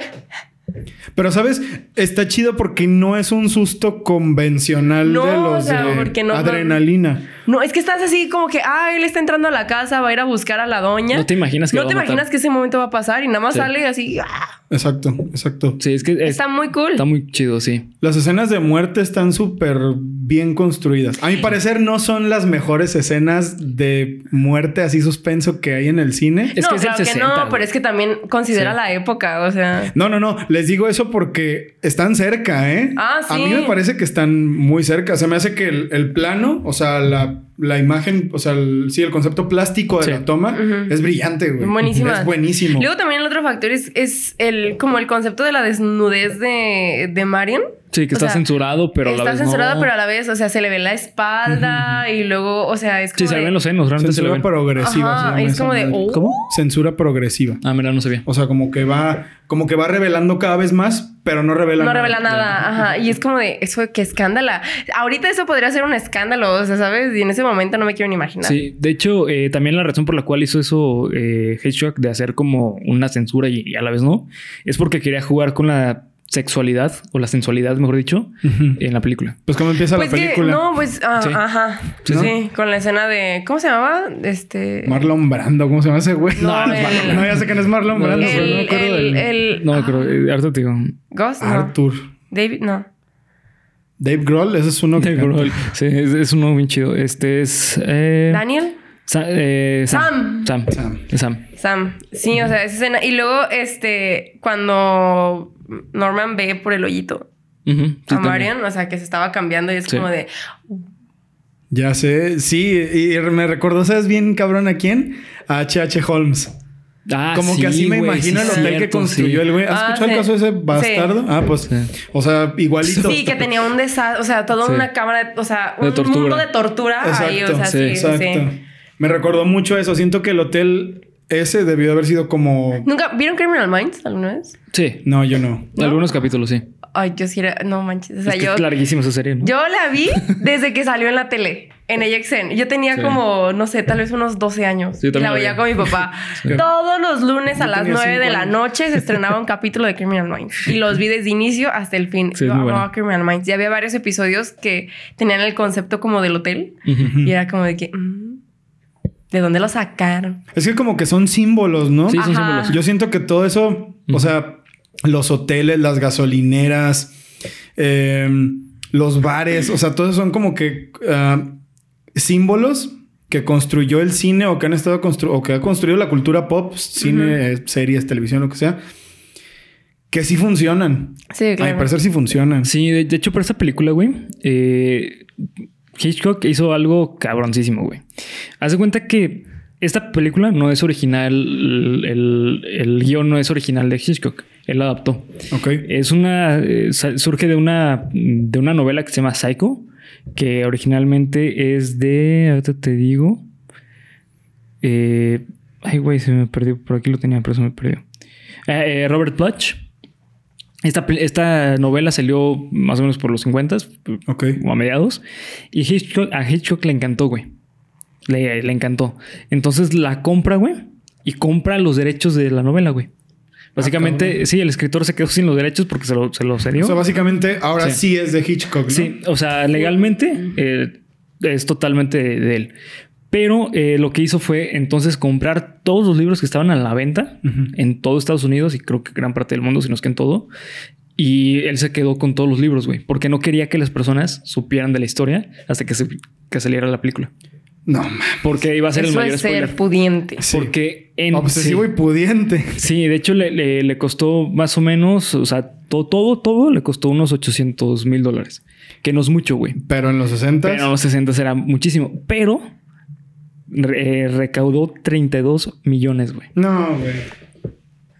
Speaker 2: Pero, ¿sabes? Está chido porque no es un susto convencional
Speaker 3: No,
Speaker 2: de
Speaker 3: o
Speaker 2: los
Speaker 3: sea,
Speaker 2: de
Speaker 3: porque no-
Speaker 2: adrenalina.
Speaker 3: No, es que estás así como que, ah, él está entrando a la casa, va a ir a buscar a la doña.
Speaker 1: No te imaginas que
Speaker 3: No
Speaker 1: lo
Speaker 3: te
Speaker 1: va a matar.
Speaker 3: imaginas que ese momento va a pasar y nada más
Speaker 1: Sí.
Speaker 3: sale así. ah.
Speaker 2: Exacto, exacto.
Speaker 1: Sí, es que es-
Speaker 3: Está muy cool.
Speaker 1: está muy chido, sí.
Speaker 2: Las escenas de muerte están súper bien construidas. A mi parecer no son las mejores escenas de muerte así suspenso que hay en el cine.
Speaker 1: Es
Speaker 3: no,
Speaker 1: que es el
Speaker 3: claro que
Speaker 1: 60,
Speaker 3: no,
Speaker 1: güey.
Speaker 3: pero es que también considera
Speaker 1: Sí.
Speaker 3: la época, o sea.
Speaker 2: No, no, no. Les digo eso porque están cerca, ¿eh?
Speaker 3: Ah,
Speaker 2: A
Speaker 3: sí.
Speaker 2: mí me parece que están muy cerca. Se me hace que el, el plano, o sea, la, la imagen, o sea, el- sí, el concepto plástico de
Speaker 1: Sí.
Speaker 2: la toma
Speaker 3: Ujú.
Speaker 2: es brillante, güey.
Speaker 3: Buenísima.
Speaker 2: Es buenísimo.
Speaker 3: Luego también el otro factor es, es el como el concepto de la desnudez de, de Marion.
Speaker 1: Sí, que
Speaker 3: O
Speaker 1: está
Speaker 3: sea,
Speaker 1: censurado, pero a la
Speaker 3: Está
Speaker 1: vez
Speaker 3: censurada,
Speaker 1: no.
Speaker 3: pero a la vez, o sea, se le ve la espalda y luego, o sea, es como.
Speaker 1: Sí, se le
Speaker 3: de-
Speaker 1: ven los senos, realmente se le
Speaker 2: Censura
Speaker 1: ven.
Speaker 2: progresiva.
Speaker 3: Ajá,
Speaker 2: se llama
Speaker 3: es
Speaker 2: esa
Speaker 3: como de,
Speaker 2: madre.
Speaker 3: oh.
Speaker 1: ¿Cómo?
Speaker 2: Censura progresiva.
Speaker 1: Ah, mira, no sabía.
Speaker 2: O sea, como que va, como que va revelando cada vez más, pero no revela
Speaker 3: No
Speaker 2: nada.
Speaker 3: revela nada, ajá. Y es como de, eso, qué escándala. Ahorita eso podría ser un escándalo, o sea, ¿sabes? Y en ese momento no me quiero ni imaginar.
Speaker 1: Sí, de hecho, eh, también la razón por la cual hizo eso eh, Hitchcock de hacer como una censura y, y a la vez no, es porque quería jugar con la sexualidad o la sensualidad, mejor dicho,
Speaker 2: Ujú.
Speaker 1: en la película.
Speaker 2: Pues como empieza
Speaker 3: Pues
Speaker 2: la
Speaker 3: que,
Speaker 2: película.
Speaker 3: no, pues, ah,
Speaker 1: Sí.
Speaker 3: ajá.
Speaker 2: Sí,
Speaker 3: Sí,
Speaker 2: ¿no?
Speaker 3: con la escena de, ¿cómo se llamaba? Este.
Speaker 2: Marlon Brando, ¿cómo se llama ese güey?
Speaker 3: No,
Speaker 2: no, es
Speaker 3: el-
Speaker 2: *laughs* Marlon- no, ya sé que no es Marlon
Speaker 1: No, no,
Speaker 2: Brando.
Speaker 1: no,
Speaker 2: güey.
Speaker 1: no me
Speaker 3: El-
Speaker 1: acuerdo
Speaker 3: el-
Speaker 1: del-
Speaker 3: el-
Speaker 1: No, creo, eh, ahorita te digo.
Speaker 3: Ghost, no.
Speaker 2: Arthur.
Speaker 3: David, no.
Speaker 2: Dave Grohl, ese es uno que
Speaker 1: Dave
Speaker 2: canta.
Speaker 1: Grohl. Sí, es, es uno bien chido. Este es. eh,
Speaker 3: Daniel.
Speaker 1: Sa- eh, Sam. Sam.
Speaker 2: Sam.
Speaker 1: Es Sam.
Speaker 3: Sam. Sí, o sea, esa escena. Y luego, este, cuando Norman ve por el hoyito
Speaker 1: Ujú, sí,
Speaker 3: a
Speaker 1: también.
Speaker 3: Marion, o sea, que se estaba cambiando y es
Speaker 1: Sí.
Speaker 3: como de.
Speaker 2: Ya sé, sí, y me recordó, ¿sabes bien cabrón a quién? A H.H. Holmes.
Speaker 1: Ah,
Speaker 2: Como
Speaker 1: sí,
Speaker 2: que así me
Speaker 1: güey,
Speaker 2: imagino
Speaker 1: sí,
Speaker 2: el hotel que
Speaker 1: cierto,
Speaker 2: construyó
Speaker 1: sí.
Speaker 2: el güey. ¿Has
Speaker 3: Ah,
Speaker 2: escuchado el
Speaker 3: sí.
Speaker 2: caso de ese bastardo? Ah, pues, o sea, igualito.
Speaker 3: Sí, que tenía un desastre, o sea, toda
Speaker 1: Sí.
Speaker 3: una cámara, de- o sea, un
Speaker 1: De tortura.
Speaker 3: mundo de tortura ahí, o sea, sí, sí, sí.
Speaker 2: exacto. Me recordó mucho eso. Siento que el hotel ese debió haber sido como.
Speaker 3: *laughs* ¿Nunca vieron Criminal Minds alguna vez?
Speaker 1: Sí,
Speaker 2: No, yo no.
Speaker 3: ¿No?
Speaker 1: algunos capítulos, sí.
Speaker 3: Ay, yo sí era. No manches. O sea,
Speaker 1: es, que
Speaker 3: yo.
Speaker 1: es larguísima esa serie, ¿no?
Speaker 3: Yo la vi desde que salió en la tele, en AXN. Yo tenía
Speaker 1: Sí.
Speaker 3: como, no sé, tal vez unos 12 años.
Speaker 1: Sí, yo también la
Speaker 3: la veía
Speaker 1: vi.
Speaker 3: con mi papá.
Speaker 1: *laughs* Sí.
Speaker 3: Todos los lunes a
Speaker 2: Yo
Speaker 3: las
Speaker 2: tenía
Speaker 3: 9 de
Speaker 2: cinco
Speaker 3: la
Speaker 2: años.
Speaker 3: noche se estrenaba
Speaker 2: *laughs*
Speaker 3: un capítulo de Criminal Minds. Y los vi desde inicio hasta el fin.
Speaker 1: Sí, es
Speaker 3: Yo
Speaker 1: muy
Speaker 3: amaba
Speaker 1: buena.
Speaker 3: Criminal Minds. Y había varios episodios que tenían el concepto como del hotel.
Speaker 1: Ujú.
Speaker 3: Y era como de que... mm, ¿De dónde lo sacaron?
Speaker 2: Es que como que son símbolos, ¿no?
Speaker 1: Sí, son
Speaker 3: Ajá.
Speaker 1: símbolos.
Speaker 2: Yo siento que todo eso, o sea, los hoteles, las gasolineras, eh, los bares, o sea, todos son como que ah, símbolos que construyó el cine o que han estado constru o que ha construido la cultura pop, cine, eh, series, televisión, lo que sea, que sí funcionan.
Speaker 3: Sí,
Speaker 2: A
Speaker 3: claro.
Speaker 2: mi parecer sí funcionan.
Speaker 1: Sí, de, de hecho, para esta película, güey, eh, Hitchcock hizo algo cabroncísimo, güey. Haz de cuenta que esta película no es original, el, el- el guión no es original de Hitchcock, él la adaptó.
Speaker 2: Ok.
Speaker 1: Es una, eh, sa- surge de una, de una novela que se llama Psycho, que originalmente es de, ahorita te digo, eh, ay, güey, se me perdió. Por aquí lo tenía, pero se me perdió. Eh, eh, Robert Plutch. Esta, pel- esta novela salió más o menos por los 50
Speaker 2: Ok.
Speaker 1: o a mediados. Y Hitchcock, a Hitchcock le encantó, güey. Le, le encantó. Entonces la compra, güey. Y compra los derechos de la novela, güey. Básicamente,
Speaker 2: Ah, cabrón.
Speaker 1: sí, el escritor se quedó sin los derechos porque se lo, se lo cedió.
Speaker 2: O sea, básicamente ahora sí,
Speaker 1: Sí.
Speaker 2: es de Hitchcock. ¿no?
Speaker 1: Sí, o sea, legalmente eh, es totalmente de, de él. Pero eh, lo que hizo fue entonces comprar todos los libros que estaban a la venta
Speaker 2: Ujú.
Speaker 1: en todo Estados Unidos y creo que gran parte del mundo, si no es que en todo. Y él se quedó con todos los libros, güey, porque no quería que las personas supieran de la historia hasta que, se- que saliera la película.
Speaker 2: No, mames.
Speaker 1: Porque iba a ser el
Speaker 3: Eso
Speaker 1: mayor
Speaker 3: es
Speaker 1: spoiler.
Speaker 3: ser pudiente.
Speaker 2: Sí.
Speaker 1: Porque en
Speaker 2: Obsesivo
Speaker 1: sí.
Speaker 2: y pudiente.
Speaker 1: Sí, de hecho le, le- le costó más o menos, o sea, todo, todo, todo le costó unos 800 mil dólares. Que no es mucho, güey.
Speaker 2: Pero en los 60
Speaker 1: Pero en los 60 era muchísimo. Pero re- eh, recaudó 32 millones, güey.
Speaker 2: No, güey.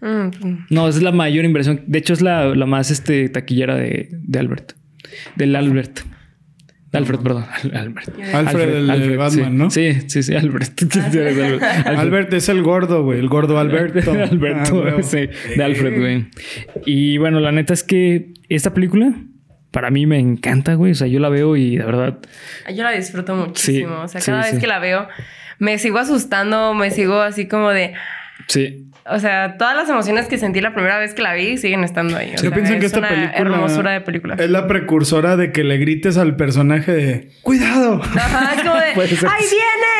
Speaker 3: Mm,
Speaker 1: No, es la mayor inversión. De hecho, es la, la más este, taquillera de, de Albert. Del Albert. De Alfred, perdón. Al- Albert.
Speaker 2: Alfred, el de Batman,
Speaker 1: sí.
Speaker 2: ¿no?
Speaker 1: Sí, sí, sí, Albert. *laughs* Albert.
Speaker 2: Albert es el gordo, güey. El gordo
Speaker 1: *laughs*
Speaker 2: Alberto.
Speaker 1: Alberto,
Speaker 2: Ah, huevo.
Speaker 1: sí, de Alfred, güey. Y bueno, la neta es que esta película para mí me encanta, güey. O sea, yo la veo y de verdad
Speaker 3: Yo la disfruto muchísimo. o sea,
Speaker 1: sí,
Speaker 3: cada
Speaker 1: sí.
Speaker 3: vez que la veo, me sigo asustando, me sigo así como de.
Speaker 1: sí,
Speaker 3: O sea, todas las emociones que sentí la primera vez que la vi siguen estando ahí. O
Speaker 2: Yo
Speaker 3: sea,
Speaker 2: pienso
Speaker 3: es
Speaker 2: que esta
Speaker 3: una
Speaker 2: película
Speaker 3: hermosura de película.
Speaker 2: Es la precursora de que le grites al personaje de ¡Cuidado!
Speaker 3: Ajá, es como de
Speaker 1: *laughs* Puede ser.
Speaker 3: ¡Ahí viene!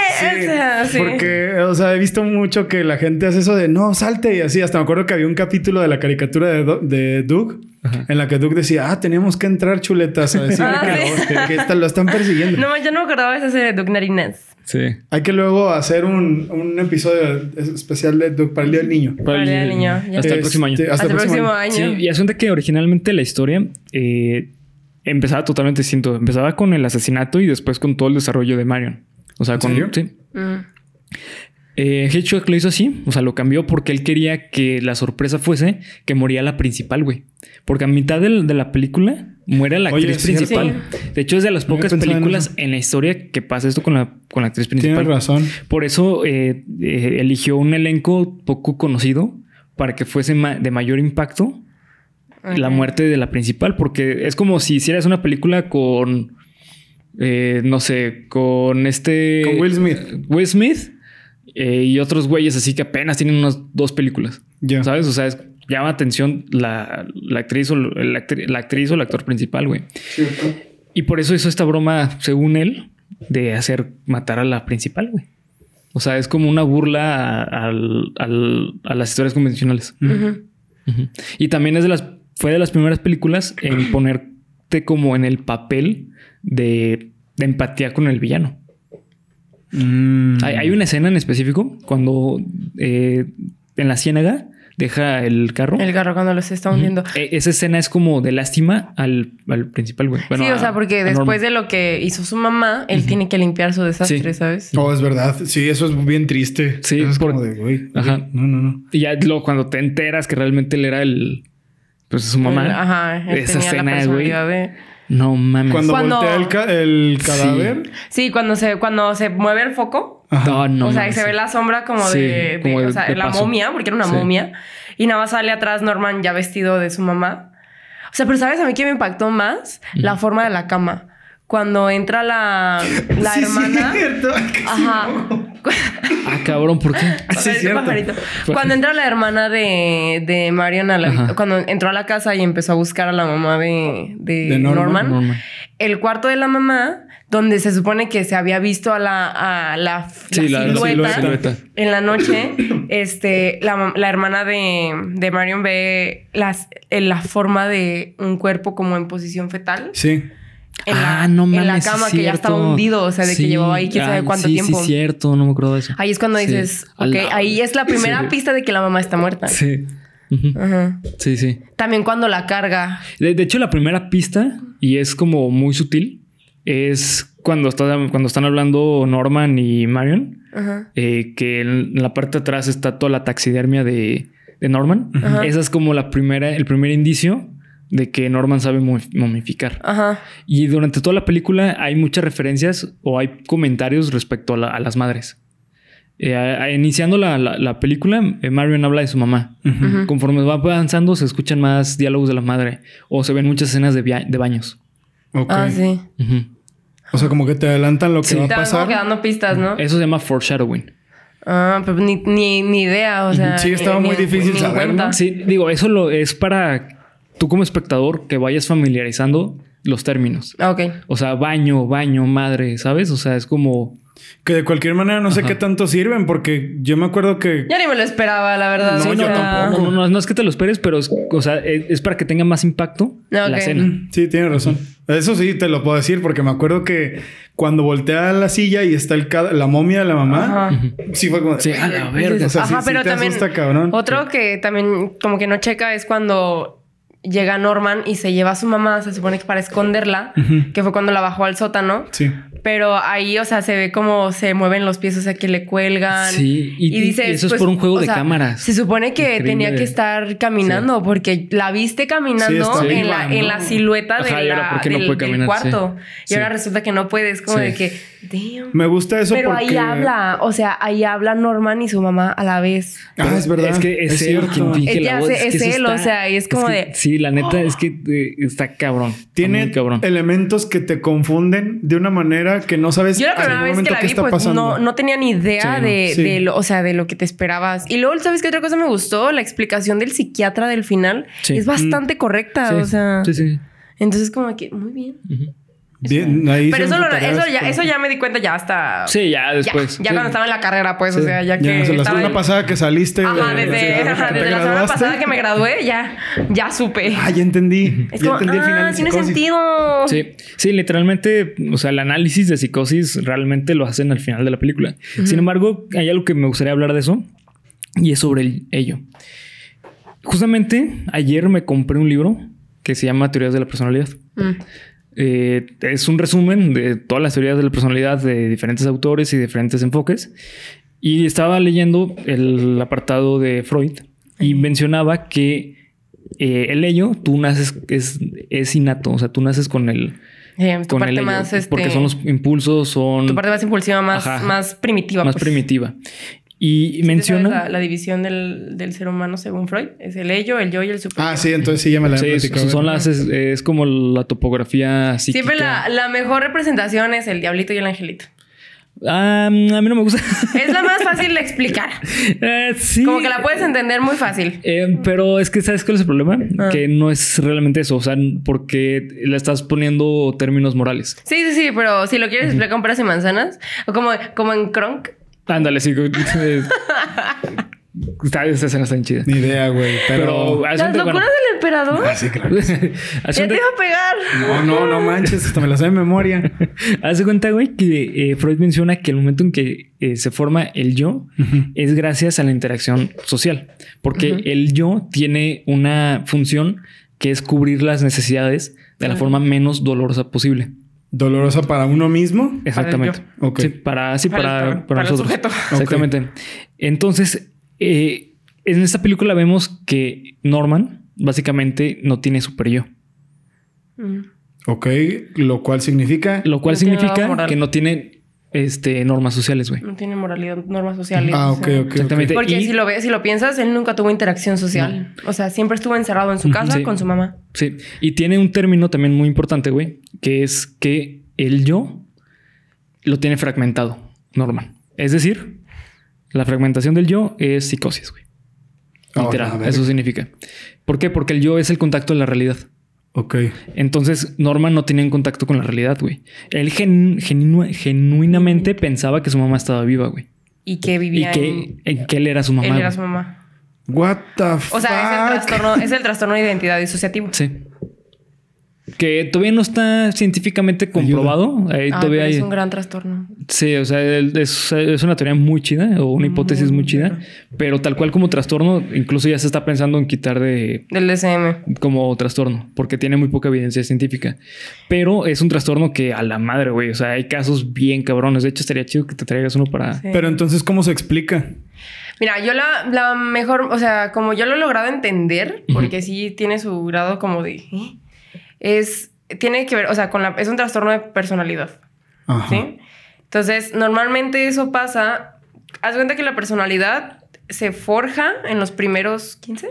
Speaker 3: o sea, sí.
Speaker 2: Porque, o sea, he visto mucho que la gente hace eso de no, salte y así. Hasta me acuerdo que había un capítulo de la caricatura de, Do- de Doug en la que Doug decía, ah, tenemos que entrar chuletas a decirle
Speaker 3: Ah,
Speaker 2: que,
Speaker 3: sí.
Speaker 2: lo, que esta- lo están persiguiendo.
Speaker 3: No, yo no me acordaba de esa serie de Doug Narinas.
Speaker 1: sí.
Speaker 2: Hay que luego hacer un, un episodio especial de Doug para el Día del Niño.
Speaker 3: Para el día del niño, ya.
Speaker 1: Hasta el próximo año.
Speaker 2: Este,
Speaker 3: Hasta, el próximo año.
Speaker 1: Sí, y asunto que originalmente la historia eh, empezaba totalmente distinto. Empezaba con el asesinato y después con todo el desarrollo de Marion. O sea,
Speaker 2: ¿En
Speaker 1: con.
Speaker 2: serio?
Speaker 1: Sí.
Speaker 3: Mm.
Speaker 1: Eh, Hitchcock lo hizo así, o sea, lo cambió porque él quería que la sorpresa fuese que moría la principal, güey. Porque a mitad del- de, la película muere la
Speaker 2: Oye,
Speaker 1: actriz
Speaker 2: sí,
Speaker 1: principal. De hecho, es de las
Speaker 2: No había
Speaker 1: pocas
Speaker 2: pensado en
Speaker 1: películas en, la historia que pasa esto con la, con la actriz principal.
Speaker 2: Tienes razón.
Speaker 1: Por eso eh, eh, eligió un elenco poco conocido para que fuese ma- de mayor impacto la
Speaker 3: Ok.
Speaker 1: muerte de la principal, porque es como si hicieras una película con, eh, no sé, con este...
Speaker 2: Con Will Smith.
Speaker 1: Will Smith eh, y otros güeyes así que apenas tienen unas dos películas,
Speaker 2: Ya.
Speaker 1: ¿sabes? O sea, es- llama atención la, la actriz o el, actri- la actriz o el actor principal, güey. Y por eso hizo esta broma, según él, de hacer matar a la principal, güey. O sea, es como una burla a, al- al- a las historias convencionales.
Speaker 3: Ujú.
Speaker 1: Ujú. Y también es de las, fue de las primeras películas
Speaker 2: *clears throat*
Speaker 1: en ponerte como en el papel de, de empatía con el villano.
Speaker 2: Mm.
Speaker 1: Hay, hay una escena en específico cuando eh, en la ciénaga deja el carro.
Speaker 3: El carro cuando los está
Speaker 1: Ujú.
Speaker 3: hundiendo.
Speaker 1: E- Esa escena es como de lástima al, al principal, güey. Bueno,
Speaker 3: sí, o
Speaker 1: a-
Speaker 3: sea, porque
Speaker 1: a
Speaker 3: después
Speaker 1: Norman.
Speaker 3: de lo que hizo su mamá, él tiene que limpiar su desastre,
Speaker 1: Sí.
Speaker 3: ¿sabes?
Speaker 2: Oh, es verdad. Sí, eso es bien triste.
Speaker 1: Sí,
Speaker 2: Eso es
Speaker 1: por-
Speaker 2: como de, güey.
Speaker 1: Ajá.
Speaker 2: No, no, no.
Speaker 1: Y ya luego cuando te enteras que realmente él era el... Pues su mamá.
Speaker 3: Ajá, él
Speaker 1: Esa
Speaker 3: tenía
Speaker 1: escena,
Speaker 3: la
Speaker 1: güey.
Speaker 3: personalidad de...
Speaker 1: No mames.
Speaker 2: Cuando,
Speaker 3: Cuando-
Speaker 2: voltea el, ca- el cadáver.
Speaker 3: Sí, cuando se, cuando se mueve el foco,
Speaker 2: Ajá.
Speaker 1: No, no
Speaker 3: o sea,
Speaker 1: mames,
Speaker 3: se
Speaker 1: sí.
Speaker 3: ve la sombra como
Speaker 1: Sí,
Speaker 3: de, de-
Speaker 1: como de-
Speaker 3: o sea,
Speaker 1: de
Speaker 3: la
Speaker 1: paso.
Speaker 3: momia, porque era una
Speaker 1: Sí.
Speaker 3: momia. Y nada más sale atrás Norman ya vestido de su mamá. O sea, pero ¿sabes a mí que me impactó más? La forma de la cama. Cuando entra la, la
Speaker 2: Sí,
Speaker 3: hermana.
Speaker 2: cierto.
Speaker 1: *laughs*
Speaker 3: Ajá.
Speaker 1: Ah, cabrón, ¿por qué?
Speaker 2: Sí,
Speaker 3: Ay,
Speaker 2: cierto.
Speaker 3: pajarito. Cuando entra la hermana de, de Marion a la-
Speaker 1: Ajá.
Speaker 3: cuando entró a la casa y empezó a buscar a la mamá de, de
Speaker 2: De Norman.
Speaker 3: Norman,
Speaker 1: Norman.
Speaker 3: el cuarto de la mamá, donde se supone que se había visto a la, a la,
Speaker 1: Sí, la- la silueta.
Speaker 3: en la noche, *coughs* este, la, mam- la hermana de, de Marion ve las, en la forma de un cuerpo como en posición fetal.
Speaker 2: Sí.
Speaker 3: En la,
Speaker 1: ah, no
Speaker 3: en
Speaker 1: mames.
Speaker 3: la
Speaker 1: es
Speaker 3: cama que ya estaba
Speaker 1: cierto.
Speaker 3: hundido, o sea, de
Speaker 1: Sí,
Speaker 3: que llevaba ahí quién sabe
Speaker 1: ah,
Speaker 3: cuánto
Speaker 1: sí,
Speaker 3: tiempo.
Speaker 1: Sí, cierto, no me acuerdo de eso.
Speaker 3: Ahí es cuando
Speaker 1: Sí.
Speaker 3: dices,
Speaker 1: A
Speaker 3: ok,
Speaker 1: la-
Speaker 3: ahí es la primera
Speaker 1: Sí.
Speaker 3: pista de que la mamá está muerta.
Speaker 1: Sí. Ujú.
Speaker 3: Ajá.
Speaker 1: Sí, sí.
Speaker 3: También cuando la carga.
Speaker 1: De, de hecho, la primera pista, y es como muy sutil, es cuando, está, cuando están hablando Norman y Marion,
Speaker 3: Ajá.
Speaker 1: eh, que en la parte de atrás está toda la taxidermia de, de Norman.
Speaker 3: Ajá.
Speaker 1: Esa es como la primera, el primer indicio de que Norman sabe mu- momificar.
Speaker 3: Ajá.
Speaker 1: Y durante toda la película hay muchas referencias o hay comentarios respecto a, la- a las madres. Eh, a- a- iniciando la, la- la película, eh, Marion habla de su mamá.
Speaker 3: Ujú.
Speaker 1: Conforme va avanzando, se escuchan más diálogos de la madre o se ven muchas escenas de, via- de baños.
Speaker 2: Ok.
Speaker 3: Ah, sí.
Speaker 1: Ujú.
Speaker 2: O sea, como que te adelantan lo que
Speaker 1: Sí.
Speaker 2: va a
Speaker 3: Te van como
Speaker 2: pasar.
Speaker 3: que dando pistas, ¿no?
Speaker 1: Eso se llama foreshadowing.
Speaker 3: Ah, pero ni, ni, ni idea, o sea.
Speaker 2: Sí,
Speaker 3: ni-
Speaker 2: estaba muy
Speaker 3: ni-
Speaker 2: difícil
Speaker 3: ni
Speaker 2: saber,
Speaker 3: cuenta.
Speaker 2: ¿no?
Speaker 1: Sí, digo, eso lo es para tú como espectador que vayas familiarizando los términos.
Speaker 3: Ah, Ok.
Speaker 1: O sea, baño, baño, madre, ¿sabes? O sea, es como...
Speaker 2: Que de cualquier manera no sé qué tanto sirven, porque yo me acuerdo que.
Speaker 3: Yo ni me lo esperaba, la verdad.
Speaker 2: No,
Speaker 3: o
Speaker 2: yo
Speaker 3: sea,
Speaker 2: tampoco.
Speaker 1: No, no, no es que te lo esperes, pero es, o sea, es, es para que tenga más impacto
Speaker 3: Ah,
Speaker 1: la
Speaker 3: ok.
Speaker 1: escena.
Speaker 2: Sí, tienes razón. Eso sí, te lo puedo decir, porque me acuerdo que cuando voltea la silla y está el ca- la momia de la mamá,
Speaker 3: Ajá.
Speaker 2: sí fue como.
Speaker 1: Sí, a la verga.
Speaker 2: O sea, sí- sí te asusta, cabrón.
Speaker 3: Otro que también como que no checa es cuando llega Norman y se lleva a su mamá, se supone que para esconderla,
Speaker 2: Ujú.
Speaker 3: que fue cuando la bajó al sótano.
Speaker 2: Sí.
Speaker 3: Pero ahí, o sea, se ve cómo se mueven los pies, o sea, que le cuelgan. pues,
Speaker 1: Sí, y- y eso es por un juego de cámaras.
Speaker 3: Se supone que
Speaker 1: Increíble.
Speaker 3: tenía que estar caminando porque la viste caminando
Speaker 2: Sí, está
Speaker 3: en,
Speaker 2: viva,
Speaker 3: la, en
Speaker 2: ¿no?
Speaker 3: la silueta
Speaker 1: Ajá,
Speaker 3: de
Speaker 1: y ahora,
Speaker 3: la-
Speaker 1: ¿por qué no
Speaker 3: del,
Speaker 1: puede
Speaker 3: del
Speaker 1: caminar?
Speaker 3: cuarto.
Speaker 1: Sí.
Speaker 3: Y ahora resulta que no puedes, como
Speaker 1: Sí.
Speaker 3: de que, damn.
Speaker 2: Me gusta eso
Speaker 3: Pero
Speaker 2: porque.
Speaker 3: ahí habla, o sea, ahí habla Norman y su mamá a la vez.
Speaker 2: Ah, es verdad.
Speaker 1: Es que es, él quien finge
Speaker 3: Es
Speaker 1: la
Speaker 3: ya
Speaker 1: voz.
Speaker 3: sé,
Speaker 1: que
Speaker 3: es
Speaker 1: eso
Speaker 3: él, o sea, y es como
Speaker 1: que-
Speaker 3: de-
Speaker 1: Sí, la neta es que eh, está cabrón. Está
Speaker 2: Tiene
Speaker 1: muy cabrón.
Speaker 2: elementos que te confunden de una manera que no sabes
Speaker 3: Yo la primera vez que la vi, pues no, no tenía ni idea
Speaker 1: Sí,
Speaker 3: de,
Speaker 2: sí.
Speaker 3: de lo, o sea, de lo que te esperabas. Y luego, ¿sabes qué otra cosa me gustó? La explicación del psiquiatra del final
Speaker 1: Sí. Mm.
Speaker 3: es bastante correcta.
Speaker 1: Sí,
Speaker 3: Ah, O sea,
Speaker 1: sí, sí.
Speaker 3: entonces como que muy bien.
Speaker 1: Ujú.
Speaker 2: Bien, ahí
Speaker 3: Pero eso,
Speaker 2: hicieron sus
Speaker 3: lo- eso,
Speaker 2: tareas,
Speaker 3: ya,
Speaker 2: pero-
Speaker 3: eso ya me di cuenta ya hasta...
Speaker 1: Sí, ya
Speaker 3: ya,
Speaker 1: después.
Speaker 3: ya
Speaker 1: Sí.
Speaker 3: cuando estaba en la carrera, pues,
Speaker 1: Sí.
Speaker 3: o sea, ya que...
Speaker 2: Ya, o sea, la
Speaker 3: estaba
Speaker 2: semana
Speaker 3: en-
Speaker 2: pasada que saliste.
Speaker 3: Ajá,
Speaker 2: de-
Speaker 3: desde,
Speaker 2: de-
Speaker 3: ajá,
Speaker 2: que te
Speaker 3: desde la semana
Speaker 2: graduaste.
Speaker 3: pasada que me gradué, ya, ya supe.
Speaker 2: Ah, ya entendí.
Speaker 3: es
Speaker 2: ya
Speaker 3: como,
Speaker 2: entendí el final
Speaker 3: ah,
Speaker 2: de
Speaker 3: tiene
Speaker 2: Psicosis.
Speaker 3: sentido.
Speaker 1: Sí, sí, literalmente, o sea, el análisis de psicosis realmente lo hacen al final de la película. Sin embargo, hay algo que me gustaría hablar de eso y es sobre el- ello. Justamente ayer me compré un libro que se llama Teorías de la Personalidad.
Speaker 3: Mm.
Speaker 1: Eh, es un resumen de todas las teorías de la personalidad de diferentes autores y diferentes enfoques. Y estaba leyendo el apartado de Freud y mencionaba que eh, el ello, tú naces, es, es innato, o sea, tú naces con el,
Speaker 3: Eh, tu
Speaker 1: con el
Speaker 3: parte
Speaker 1: ello,
Speaker 3: más, este...
Speaker 1: porque son los impulsos, son
Speaker 3: Tu parte más impulsiva, más,
Speaker 1: Ajá.
Speaker 3: más primitiva.
Speaker 1: más
Speaker 3: pues.
Speaker 1: primitiva. Y
Speaker 3: ¿Sí te
Speaker 1: menciona...
Speaker 3: sabes La, la división del, del ser humano según Freud es el ello, el yo y el super.
Speaker 2: Ah, sí, entonces sí, ya me la
Speaker 1: Sí,
Speaker 2: he
Speaker 1: son- son las, es, es como la topografía psíquica.
Speaker 3: Siempre la, la mejor representación es el diablito y el angelito.
Speaker 1: Ah, a mí no me gusta. *laughs*
Speaker 3: Es la más fácil de explicar.
Speaker 1: Eh, *laughs* sí.
Speaker 3: Como que la puedes entender muy fácil.
Speaker 1: Eh, pero es que, ¿sabes cuál es el problema?
Speaker 3: Ah.
Speaker 1: Que no es realmente eso, o sea, porque le estás poniendo términos morales.
Speaker 3: Sí, sí, sí, pero si lo quieres explicar con peras y manzanas, o como, como en Kronk.
Speaker 1: Ándale, sí. que- *laughs* está, esa escena está bien chida.
Speaker 2: Ni
Speaker 1: *laughs*
Speaker 2: idea, güey. Pero.
Speaker 1: Pero... ah, haz
Speaker 3: Las
Speaker 1: cuenta-
Speaker 3: locuras
Speaker 1: bueno,
Speaker 3: del emperador.
Speaker 2: Ah, sí, claro.
Speaker 1: *laughs* haz
Speaker 3: ya te
Speaker 1: cuenta-
Speaker 3: iba a pegar.
Speaker 2: No, no,
Speaker 3: *laughs*
Speaker 2: no manches, hasta me la sé de memoria.
Speaker 1: *laughs* haz de cuenta, güey, que eh, Freud menciona que el momento en que eh, se forma el yo
Speaker 2: Ujú.
Speaker 1: es gracias a la interacción social, porque
Speaker 3: Ujú.
Speaker 1: el yo tiene una función que es cubrir las necesidades de la
Speaker 3: Claro.
Speaker 1: forma menos dolorosa posible.
Speaker 2: Dolorosa para uno mismo.
Speaker 1: Exactamente.
Speaker 3: Para
Speaker 2: el yo. Ok.
Speaker 1: Sí, para, sí,
Speaker 3: Para
Speaker 1: para,
Speaker 3: el-
Speaker 1: para,
Speaker 3: para el
Speaker 1: nosotros.
Speaker 3: sujeto.
Speaker 1: Exactamente. Entonces, eh, en esta película vemos que Norman básicamente no tiene super yo,
Speaker 3: Mm.
Speaker 2: Ok, lo cual significa.
Speaker 1: lo cual
Speaker 3: No tiene nada
Speaker 1: significa
Speaker 3: moral.
Speaker 1: que no tiene este, normas sociales, güey.
Speaker 3: No tiene moralidad, normas sociales.
Speaker 2: Ah,
Speaker 3: o
Speaker 2: ok,
Speaker 3: sea.
Speaker 2: ok.
Speaker 1: Exactamente.
Speaker 2: ok.
Speaker 3: Porque
Speaker 1: Y-
Speaker 3: si lo, ve- si lo piensas, él nunca tuvo interacción social. O sea, siempre estuvo encerrado en su
Speaker 1: Ujú,
Speaker 3: casa
Speaker 1: sí.
Speaker 3: con su mamá.
Speaker 1: Sí. Y tiene un término también muy importante, güey, que es que el yo lo tiene fragmentado, normal. Es decir, la fragmentación del yo es psicosis, güey.
Speaker 2: Ah,
Speaker 1: Literal,
Speaker 2: la verga.
Speaker 1: eso significa. ¿Por qué? Porque el yo es el contacto de la realidad.
Speaker 2: Ok.
Speaker 1: Entonces, Norman no tenía en contacto con la realidad, güey. Él gen- geninu- genuinamente pensaba que su mamá estaba viva, güey.
Speaker 3: Y que
Speaker 1: Y
Speaker 3: vivía
Speaker 1: que,
Speaker 3: en-
Speaker 1: en que él era su mamá.
Speaker 3: él era
Speaker 1: güey.
Speaker 3: su mamá.
Speaker 2: What the fuck.
Speaker 3: O sea, es el, trastorno, es el trastorno de identidad disociativo.
Speaker 1: Sí. Que todavía no está científicamente comprobado. Ahí
Speaker 3: Ah,
Speaker 1: todavía
Speaker 3: pero
Speaker 1: hay-
Speaker 3: Es un gran trastorno.
Speaker 1: Sí, o sea, el- es, es una teoría muy chida o una hipótesis muy,
Speaker 3: Muy
Speaker 1: chida.
Speaker 3: buena.
Speaker 1: Pero tal cual como trastorno, incluso ya se está pensando en quitar de
Speaker 3: Del DSM.
Speaker 1: como trastorno, porque tiene muy poca evidencia científica. Pero es un trastorno que a la madre, güey. O sea, hay casos bien cabrones. De hecho, estaría chido que te traigas uno para.
Speaker 3: Sí.
Speaker 2: Pero entonces, ¿cómo se explica?
Speaker 3: Mira, yo la, la mejor, o sea, como yo lo he logrado entender,
Speaker 1: Ujú.
Speaker 3: porque sí tiene su grado como de... ¿eh? Es, tiene que ver, o sea, con la, es un trastorno de personalidad,
Speaker 2: Ajá.
Speaker 3: ¿sí? Entonces, normalmente eso pasa, haz cuenta que la personalidad se forja en los primeros 15.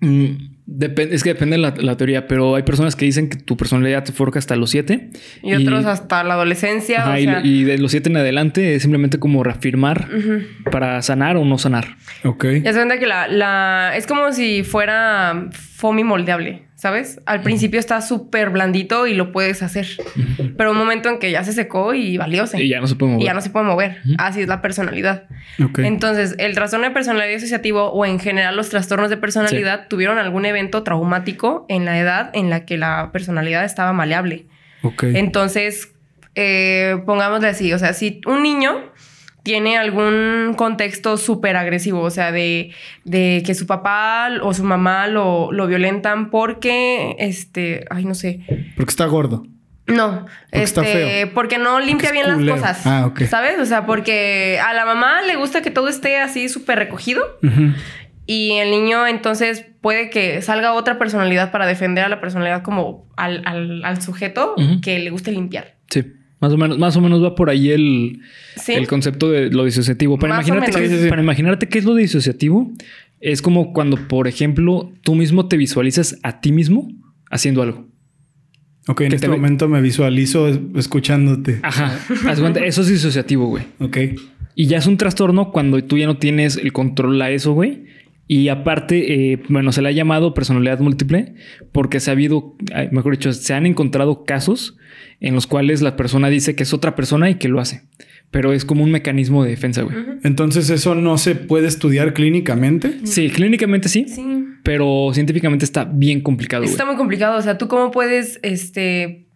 Speaker 1: Mm, depende- es que depende la, la teoría, pero hay personas que dicen que tu personalidad te forja hasta los siete.
Speaker 3: Y otros hasta la adolescencia,
Speaker 1: ajá,
Speaker 3: o
Speaker 1: y-
Speaker 3: sea...
Speaker 1: y de los siete en adelante es simplemente como reafirmar
Speaker 3: ujú.
Speaker 1: para sanar o no sanar.
Speaker 2: Ok.
Speaker 3: Y haz cuenta que la, la- Es como si fuera foamy moldeable, ¿sabes? Al principio está súper blandito y lo puedes hacer. Pero un momento en que ya se secó y valióse.
Speaker 1: Y ya no se puede mover.
Speaker 3: Y ya no se puede mover.
Speaker 1: Ujú.
Speaker 3: Así es la personalidad.
Speaker 2: Ok.
Speaker 3: Entonces, el trastorno de personalidad asociativo o en general los trastornos de personalidad tuvieron algún evento traumático en la edad en la que la personalidad estaba maleable.
Speaker 2: ok.
Speaker 3: Entonces, eh, pongámosle así, o sea, si un niño tiene algún contexto súper agresivo, o sea, de, de que su papá o su mamá lo, lo violentan porque, este, ay, no sé,
Speaker 2: Porque está gordo.
Speaker 3: no,
Speaker 2: Porque está
Speaker 3: este,
Speaker 2: feo.
Speaker 3: porque no limpia
Speaker 2: Porque es
Speaker 3: bien
Speaker 2: culero.
Speaker 3: las cosas,
Speaker 2: Ah, ok.
Speaker 3: ¿sabes? O sea, porque a la mamá le gusta que todo esté así súper recogido
Speaker 2: Ujú.
Speaker 3: y el niño entonces puede que salga otra personalidad para defender a la personalidad como al, al- al sujeto
Speaker 1: Ujú.
Speaker 3: que le guste limpiar.
Speaker 1: Sí. Más o menos, más o menos va por ahí el,
Speaker 3: ¿Sí?
Speaker 1: el concepto de lo disociativo. Para
Speaker 3: Más o
Speaker 1: imaginarte,
Speaker 3: menos.
Speaker 1: qué-
Speaker 3: Sí, sí, sí.
Speaker 1: para imaginarte qué es lo disociativo, es como cuando, por ejemplo, tú mismo te visualizas a ti mismo haciendo algo.
Speaker 2: Ok, en
Speaker 1: Que
Speaker 2: este
Speaker 1: te ve- Ah.
Speaker 2: momento me visualizo es- escuchándote.
Speaker 1: Ajá. Haz cuenta, eso es disociativo, güey.
Speaker 2: Ok.
Speaker 1: Y ya es un trastorno cuando tú ya no tienes el control a eso, güey. Y aparte, eh, bueno, se le ha llamado personalidad múltiple porque se ha habido, eh, mejor dicho, se han encontrado casos en los cuales la persona dice que es otra persona y que lo hace. Pero es como un mecanismo de defensa, güey.
Speaker 3: Ujú.
Speaker 2: Entonces, ¿eso no se puede estudiar clínicamente?
Speaker 1: Sí, clínicamente sí,
Speaker 3: Sí.
Speaker 1: pero científicamente está bien complicado, güey.
Speaker 3: Está muy complicado. O sea, ¿tú cómo puedes, este,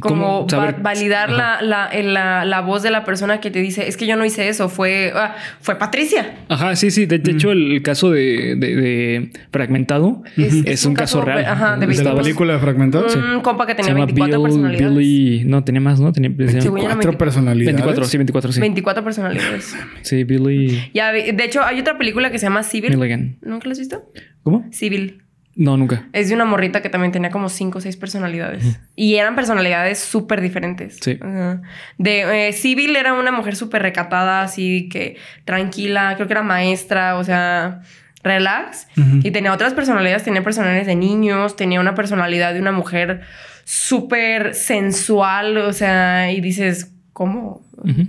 Speaker 3: como
Speaker 1: ¿Cómo saber?
Speaker 3: va- validar la, la, el- la- la voz de la persona que te dice, es que yo no hice eso, fue, ah, fue Patricia?
Speaker 1: Ajá, sí, sí. De, de hecho, el, el caso de, de- de fragmentado
Speaker 3: Es-
Speaker 1: es,
Speaker 3: es
Speaker 1: un, caso, real.
Speaker 3: ajá, de
Speaker 2: ¿De la
Speaker 1: Estaba-
Speaker 3: Pues,
Speaker 2: película fragmentada? Sí.
Speaker 3: Un compa que
Speaker 1: Se
Speaker 3: tenía
Speaker 1: llama
Speaker 3: 24
Speaker 1: Bill,
Speaker 3: personalidades.
Speaker 1: Billy. No, tenía más, ¿no? Tenía, tenía-
Speaker 3: Según yo eran
Speaker 2: Cuatro
Speaker 3: 20
Speaker 2: personalidades.
Speaker 1: 24, sí, 24, sí.
Speaker 3: 24 personalidades.
Speaker 1: Sí, Billy
Speaker 3: Ya, vi- de hecho, hay otra película que se llama Civil.
Speaker 1: Milligan.
Speaker 3: ¿Nunca la has visto?
Speaker 1: ¿Cómo?
Speaker 3: Civil.
Speaker 1: No, nunca.
Speaker 3: Es de una morrita que también tenía como cinco o seis personalidades. Y eran personalidades súper diferentes.
Speaker 1: Sí.
Speaker 3: Ajá. De eh, Civil era una mujer súper recatada, así que tranquila, creo que era maestra, o sea, relax.
Speaker 2: Ujú.
Speaker 3: Y tenía otras personalidades, tenía personalidades de niños, tenía una personalidad de una mujer súper sensual, o sea, y dices, ¿cómo?
Speaker 1: Ujú.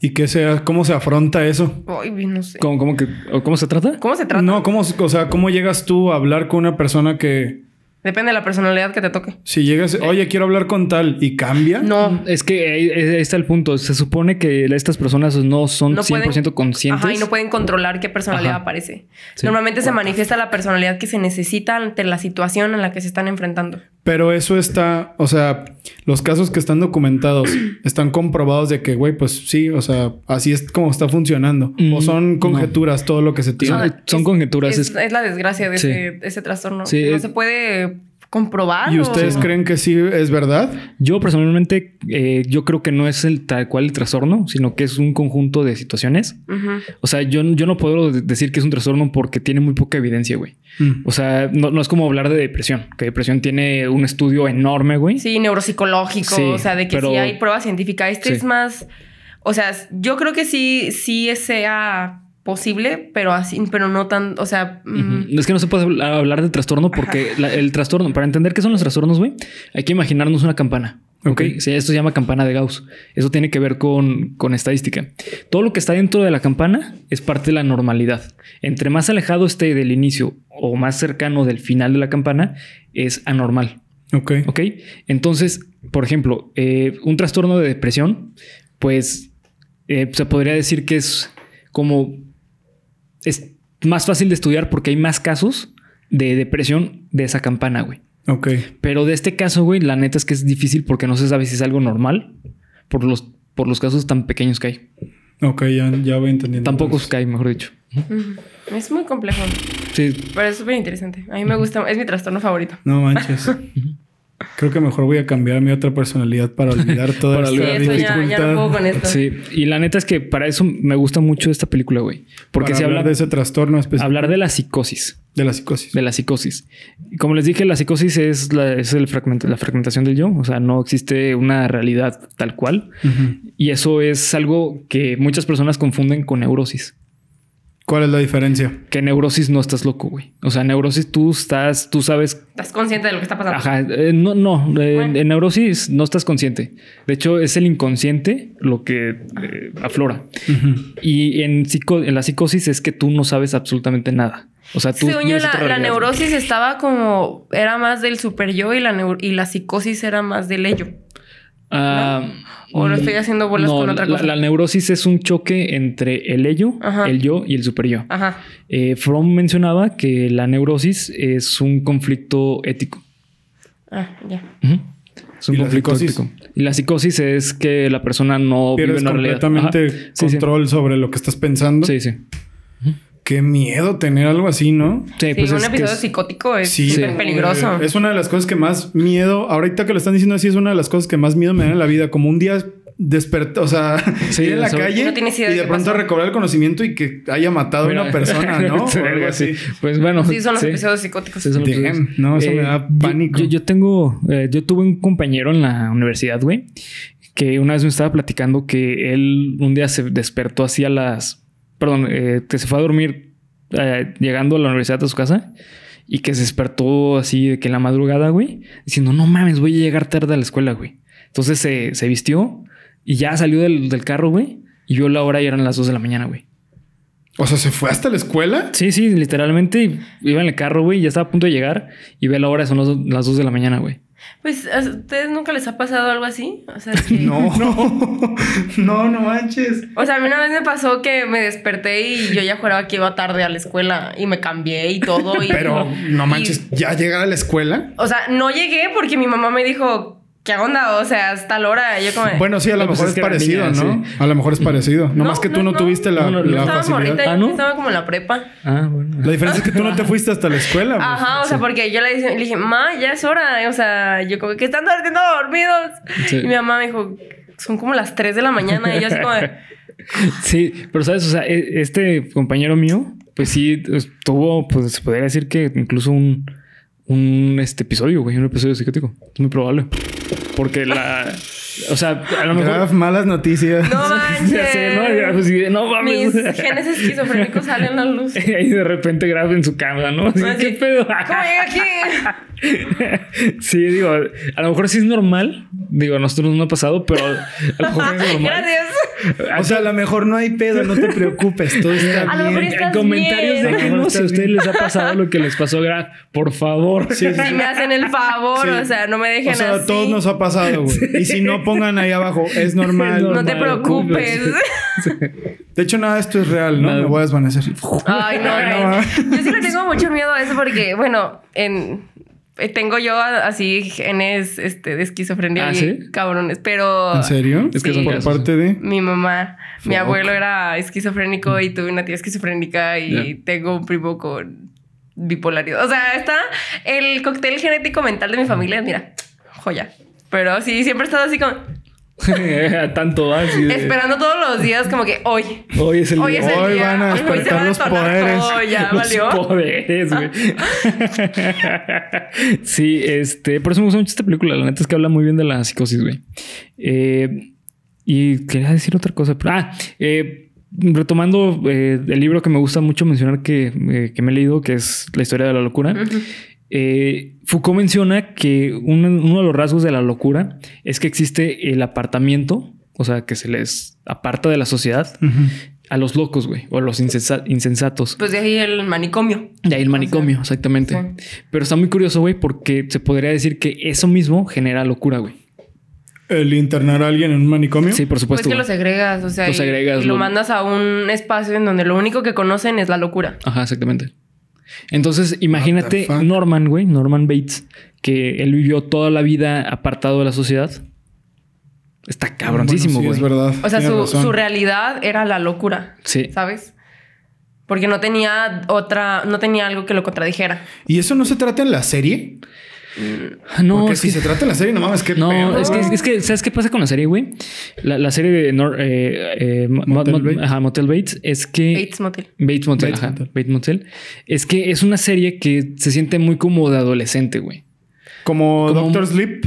Speaker 2: ¿Y qué se, cómo se afronta eso?
Speaker 3: Ay, no sé.
Speaker 1: ¿Cómo, cómo que, o ¿Cómo se trata?
Speaker 3: ¿Cómo se trata?
Speaker 2: No, ¿cómo, o sea, ¿cómo llegas tú a hablar con una persona que
Speaker 3: Depende de la personalidad que te toque.
Speaker 2: si llegas, oye, quiero hablar con tal y cambia?
Speaker 3: No.
Speaker 1: Es que ahí, ahí está el punto. Se supone que estas personas no son
Speaker 3: No pueden-
Speaker 1: 100% conscientes.
Speaker 3: Ajá, y no pueden controlar qué personalidad
Speaker 1: Ajá.
Speaker 3: aparece.
Speaker 1: Sí.
Speaker 3: Normalmente se manifiesta la personalidad que se necesita ante la situación en la que se están enfrentando.
Speaker 2: Pero eso está, o sea, los casos que están documentados *clears throat* están comprobados de que, güey, pues sí, o sea, así es como está funcionando.
Speaker 1: Mm,
Speaker 2: o son conjeturas todo lo que se tiene.
Speaker 1: Son, son conjeturas.
Speaker 3: Es,
Speaker 1: es-
Speaker 3: es la desgracia de
Speaker 1: Sí.
Speaker 3: ese, ese trastorno.
Speaker 1: Sí,
Speaker 3: no
Speaker 1: es-
Speaker 3: se puede comprobar.
Speaker 2: ¿Y
Speaker 3: o-
Speaker 2: ustedes creen que sí es verdad?
Speaker 1: Yo personalmente, eh, yo creo que no es el tal cual el trastorno, sino que es un conjunto de situaciones.
Speaker 3: Ujú.
Speaker 1: O sea, yo, yo no puedo de- decir que es un trastorno porque tiene muy poca evidencia, güey.
Speaker 2: Mm.
Speaker 1: O sea, no, no es como hablar de depresión, que depresión tiene un estudio enorme, güey.
Speaker 3: Sí, neuropsicológico,
Speaker 1: Sí,
Speaker 3: o sea, de que
Speaker 1: pero-
Speaker 3: sí hay prueba científica. Este
Speaker 1: Sí.
Speaker 3: es más, o sea, yo creo que sí, sí sea posible, pero así, pero no tan, o sea, mm,
Speaker 1: Ujú. Es que no se puede habl- hablar de trastorno porque la- el trastorno, para entender qué son los trastornos, güey, hay que imaginarnos una campana. Ok.
Speaker 2: Ok.
Speaker 1: Sí, esto se llama campana de Gauss. Eso tiene que ver con, con estadística. Todo lo que está dentro de la campana es parte de la normalidad. Entre más alejado esté del inicio o más cercano del final de la campana, es anormal.
Speaker 2: Ok.
Speaker 1: Ok. Entonces, por ejemplo, eh, un trastorno de depresión, pues eh, se podría decir que es como. Es más fácil de estudiar porque hay más casos de depresión de esa campana, güey.
Speaker 2: Ok.
Speaker 1: Pero de este caso, güey, la neta es que es difícil porque no se sabe si es algo normal por los, por los casos tan pequeños que hay.
Speaker 2: Ok, ya, ya voy entendiendo.
Speaker 1: Tampoco
Speaker 2: Entonces,
Speaker 1: que hay, mejor dicho.
Speaker 3: ujú. mm, es muy complejo,
Speaker 1: Sí,
Speaker 3: pero es súper interesante. A mí me gusta, es mi trastorno favorito.
Speaker 1: *laughs*
Speaker 2: No manches. Creo que mejor voy a cambiar mi otra personalidad para olvidar
Speaker 1: *laughs*
Speaker 2: toda
Speaker 1: Para
Speaker 2: esta
Speaker 3: Sí,
Speaker 1: olvidar.
Speaker 2: dificultad.
Speaker 3: esto ya, ya no puedo con esto.
Speaker 1: sí. Y la neta es que para eso me gusta mucho esta película, güey. Porque
Speaker 2: Para
Speaker 1: si
Speaker 2: hablar
Speaker 1: habla
Speaker 2: de pues, ese trastorno específico
Speaker 1: hablar de la psicosis.
Speaker 2: de la psicosis.
Speaker 1: de la psicosis. Y Como les dije, la psicosis es, la, es el fragmento, la fragmentación del yo, o sea, no existe una realidad tal cual.
Speaker 2: Ujú.
Speaker 1: Y eso es algo que muchas personas confunden con neurosis.
Speaker 2: ¿Cuál es la diferencia?
Speaker 1: Que neurosis no estás loco, güey. O sea, neurosis tú estás, tú sabes.
Speaker 3: Estás consciente de lo que está pasando.
Speaker 1: Ajá, eh, no, no, eh,
Speaker 3: Bueno.
Speaker 1: en neurosis no estás consciente. De hecho, es el inconsciente lo que eh, aflora.
Speaker 2: Ujú.
Speaker 1: Y en, psico- en la psicosis es que tú no sabes absolutamente nada. O sea, tú.
Speaker 3: Según yo,
Speaker 1: vives
Speaker 3: la,
Speaker 1: otra
Speaker 3: la
Speaker 1: realidad, güey.
Speaker 3: neurosis estaba como, era más del super yo y la, neu- y la psicosis era más del ello.
Speaker 1: Ah,
Speaker 3: ¿O lo
Speaker 1: mm,
Speaker 3: estoy haciendo bolas con otra
Speaker 1: la-
Speaker 3: cosa?
Speaker 1: La, neurosis es un choque entre el ello,
Speaker 3: Ajá. Ah.
Speaker 1: el yo y el superyo.
Speaker 3: Ajá.
Speaker 1: Eh, Fromm mencionaba que la neurosis es un conflicto ético.
Speaker 3: Ah, ya.
Speaker 1: Ujú. Es un
Speaker 2: ¿Y la
Speaker 1: conflicto
Speaker 2: psicosis?
Speaker 1: ético. Y la psicosis es que la persona no
Speaker 2: Pierdes
Speaker 1: vive una realidad.
Speaker 2: completamente
Speaker 1: Ajá. Sí, sí.
Speaker 2: control sobre lo que estás pensando.
Speaker 1: Sí, sí.
Speaker 2: Qué miedo tener algo así, ¿no?
Speaker 1: Sí,
Speaker 3: Sí,
Speaker 1: pues
Speaker 3: un
Speaker 1: es que
Speaker 3: episodio
Speaker 1: es-
Speaker 3: psicótico es
Speaker 2: Sí. eh,
Speaker 3: súper peligroso.
Speaker 2: Es una de las cosas que más miedo, ahorita que lo están diciendo así, es una de las cosas que más miedo me da en la vida. Como un día despertar, o sea,
Speaker 1: *laughs* Sí,
Speaker 2: ir en la
Speaker 1: eso-
Speaker 2: calle
Speaker 3: No tienes idea
Speaker 2: y
Speaker 3: de
Speaker 2: de
Speaker 3: qué
Speaker 2: pronto
Speaker 3: pasó.
Speaker 2: recobrar el conocimiento y que haya matado
Speaker 1: Mira. *laughs*
Speaker 2: a una persona, ¿no? O algo
Speaker 1: Sí,
Speaker 2: así.
Speaker 1: Pues bueno.
Speaker 3: Sí, son los
Speaker 1: sí.
Speaker 3: episodios psicóticos.
Speaker 1: Sí, son los
Speaker 2: Damn,
Speaker 1: episodios.
Speaker 2: no, eso me da
Speaker 1: Eh, yo-
Speaker 2: pánico.
Speaker 1: Yo, yo tengo, eh, yo tuve un compañero en la universidad, güey, que una vez me estaba platicando que él un día se despertó así a las, perdón, eh, que se fue a dormir eh, llegando a la universidad a su casa y que se despertó así de que en la madrugada, güey, diciendo, no mames, voy a llegar tarde a la escuela, güey. Entonces se, se vistió y ya salió del, del carro, güey, y vio la hora y eran las 2 de la mañana, güey.
Speaker 2: O sea, se fue hasta la escuela.
Speaker 1: Sí, sí, literalmente iba en el carro, güey, ya estaba a punto de llegar y ve la hora, son las do- las 2 de la mañana, güey.
Speaker 3: Pues, ¿a ustedes nunca les ha pasado algo así? O sea, que-
Speaker 1: *laughs*
Speaker 2: No, no, *laughs* no, no manches.
Speaker 3: O sea, a mí una vez me pasó que me desperté y yo ya juraba que iba tarde a la escuela y me cambié y todo. Y,
Speaker 2: Pero no
Speaker 3: y-
Speaker 2: manches, ya llegar a la escuela.
Speaker 3: o sea, no llegué porque mi mamá me dijo, ¿qué onda? O sea, hasta la hora. Yo como... de,
Speaker 2: Bueno, sí, a lo
Speaker 1: No, pues
Speaker 2: mejor
Speaker 1: es
Speaker 2: es
Speaker 1: que era
Speaker 2: parecido,
Speaker 1: niña,
Speaker 2: ¿no? A lo mejor es parecido. Nomás que tú no, tuviste la,
Speaker 1: No, no, no.
Speaker 2: la
Speaker 3: estaba
Speaker 2: facilidad.
Speaker 3: morrita, yo
Speaker 1: Ah, ¿no?
Speaker 3: estaba como en la prepa.
Speaker 1: Ah, bueno. *laughs*
Speaker 2: La diferencia es que tú no te fuiste hasta la escuela. pues.
Speaker 3: Ajá, o sea, porque yo le dije, le dije, ma, ya es hora. O sea, yo como que están durmiendo dormidos.
Speaker 1: Sí.
Speaker 3: Y mi mamá me dijo, son como las 3 de la mañana. Y yo así como, de,
Speaker 1: Sí, pero sabes, o sea, e- este compañero mío, pues sí, es- tuvo, pues se podría decir que incluso un, un este episodio, güey, un episodio psicótico. Es muy probable. Porque la, o sea, a lo mejor...
Speaker 2: Graf, malas noticias.
Speaker 3: no manches.
Speaker 1: *laughs* Ya sé, ¿no? Ya, pues, sí, no mames.
Speaker 3: Mis genes esquizofrénicos salen a la luz.
Speaker 1: Y *laughs* ahí de repente graba en su cámara, ¿no? Así,
Speaker 3: Así,
Speaker 1: ¿Qué pedo?
Speaker 3: Pues
Speaker 1: *laughs*
Speaker 3: ¿Cómo llegué aquí?
Speaker 1: sí, digo, a lo mejor sí es normal. Digo, a nosotros no nos ha pasado, pero a lo mejor
Speaker 3: *laughs*
Speaker 1: es normal.
Speaker 3: Gracias.
Speaker 2: O sea, a lo mejor no hay pedo, no te preocupes,
Speaker 3: *laughs*
Speaker 2: todo está
Speaker 3: A lo mejor
Speaker 2: bien.
Speaker 3: estás
Speaker 1: En comentarios
Speaker 3: bien.
Speaker 1: déjenos
Speaker 3: *laughs*
Speaker 1: si a ustedes les ha pasado lo que les pasó, Graf. Por favor.
Speaker 2: Sí, sí,
Speaker 3: Si me hacen el favor,
Speaker 2: Sí.
Speaker 3: o sea, no me dejen
Speaker 2: O sea,
Speaker 3: así.
Speaker 2: a todos nos ha pasado, güey. Y si no pongan ahí abajo, es normal.
Speaker 1: No
Speaker 3: No te
Speaker 1: Normal,
Speaker 3: preocupes.
Speaker 2: De hecho, nada, de esto es real, ¿no?
Speaker 1: Nada.
Speaker 2: Me voy a desvanecer.
Speaker 3: Ay, no,
Speaker 2: Ay,
Speaker 3: güey. Yo sí le tengo mucho miedo a eso porque, bueno, en, eh, tengo yo a- así genes este, de esquizofrenia
Speaker 1: ¿Ah,
Speaker 3: y
Speaker 1: sí?
Speaker 3: cabrones, pero
Speaker 2: ¿En serio?
Speaker 1: Ah, Es que son
Speaker 2: por
Speaker 1: casos.
Speaker 2: parte de.
Speaker 3: mi mamá, mi
Speaker 2: Fuck.
Speaker 3: abuelo era esquizofrénico y tuve una tía esquizofrénica y
Speaker 1: Ya.
Speaker 3: tengo un primo con bipolaridad. O sea, está el cóctel genético mental de mi familia, mira, joya. Pero sí, siempre he estado así como
Speaker 1: *laughs* Tanto así. de-
Speaker 3: esperando todos los días, como que hoy.
Speaker 1: Hoy es el
Speaker 3: Hoy
Speaker 1: día.
Speaker 3: es el
Speaker 2: Hoy
Speaker 3: día.
Speaker 2: van a
Speaker 3: Hoy se
Speaker 2: despertar
Speaker 3: van a
Speaker 2: los
Speaker 3: detonar
Speaker 2: poderes. *laughs*
Speaker 3: todo, ya
Speaker 1: Los
Speaker 3: valió. *laughs*
Speaker 1: poderes, güey. sí, este. Por eso me gusta mucho esta película. La neta es que habla muy bien de la psicosis, güey. Eh, y quería decir otra cosa. pero- ah, eh, retomando eh, el libro que me gusta mucho mencionar que, eh, que me he leído, que es La historia de la locura.
Speaker 3: Ujú.
Speaker 1: Eh, Foucault menciona que uno, uno de los rasgos de la locura es que existe el apartamiento, o sea, que se les aparta de la sociedad a los locos, güey, o a los insensa- insensatos.
Speaker 3: Pues de ahí el manicomio.
Speaker 1: De ahí el manicomio, exactamente. Pero está muy curioso, güey, porque se podría decir que eso mismo genera locura, güey.
Speaker 2: El internar a alguien en un manicomio.
Speaker 1: Sí, por
Speaker 3: Pues,
Speaker 1: supuesto.
Speaker 3: que
Speaker 1: güey.
Speaker 3: los agregas, o sea,
Speaker 1: Los
Speaker 3: y-
Speaker 1: agregas,
Speaker 3: y lo
Speaker 1: lo-
Speaker 3: mandas a un espacio en donde lo único que conocen es la locura.
Speaker 1: Ajá, exactamente. Entonces, imagínate
Speaker 2: fuck?
Speaker 1: Norman, güey, Norman Bates, que él vivió toda la vida apartado de la sociedad. Está cabroncísimo,
Speaker 2: Bueno,
Speaker 1: güey.
Speaker 2: sí, es verdad.
Speaker 3: O sea,
Speaker 2: Tienes
Speaker 3: su,
Speaker 2: razón.
Speaker 3: su realidad era la locura,
Speaker 1: sí.
Speaker 3: ¿sabes? Porque no tenía otra, no tenía algo que lo contradijera.
Speaker 2: ¿Y eso no se trata en la serie?
Speaker 1: No,
Speaker 2: Porque
Speaker 1: es
Speaker 2: si
Speaker 1: que-
Speaker 2: se trata en la serie, no mames, qué
Speaker 1: No,
Speaker 2: pedo.
Speaker 1: es que, es que, ¿sabes qué pasa con la serie, güey? La, la serie de Nor- eh, eh, Mo- Mo-
Speaker 2: Motel
Speaker 1: Mo-
Speaker 2: Bates.
Speaker 1: ajá, Motel Bates es que.
Speaker 3: Bates Motel.
Speaker 1: Bates Motel,
Speaker 2: Bates
Speaker 1: ajá,
Speaker 2: Motel.
Speaker 1: Bates Motel. Es que es una serie que se siente muy como de adolescente, güey.
Speaker 2: Como,
Speaker 1: Como-
Speaker 2: Doctor Sleep.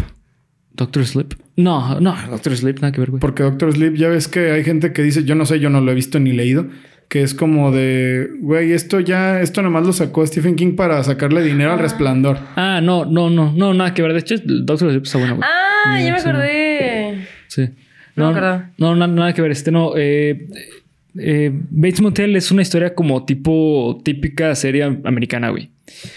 Speaker 1: Doctor Sleep. No, no, Doctor Sleep, nada que ver, güey.
Speaker 2: Porque Doctor Sleep, ya ves que hay gente que dice, yo no sé, yo no lo he visto ni leído. Que es como de, güey, esto ya, esto nomás lo sacó Stephen King para sacarle dinero al resplandor.
Speaker 1: Ah, no, no, no, no, nada que ver. De hecho, Doctor Sleep está bueno, güey.
Speaker 3: Ah,
Speaker 1: Sí,
Speaker 3: ya me
Speaker 1: sí.
Speaker 3: acordé.
Speaker 1: Sí.
Speaker 3: No
Speaker 1: No,
Speaker 3: me
Speaker 1: no,
Speaker 3: acuerdo.
Speaker 1: na- nada que ver. Este no. eh, eh, Bates Motel es una historia como tipo típica serie americana, güey.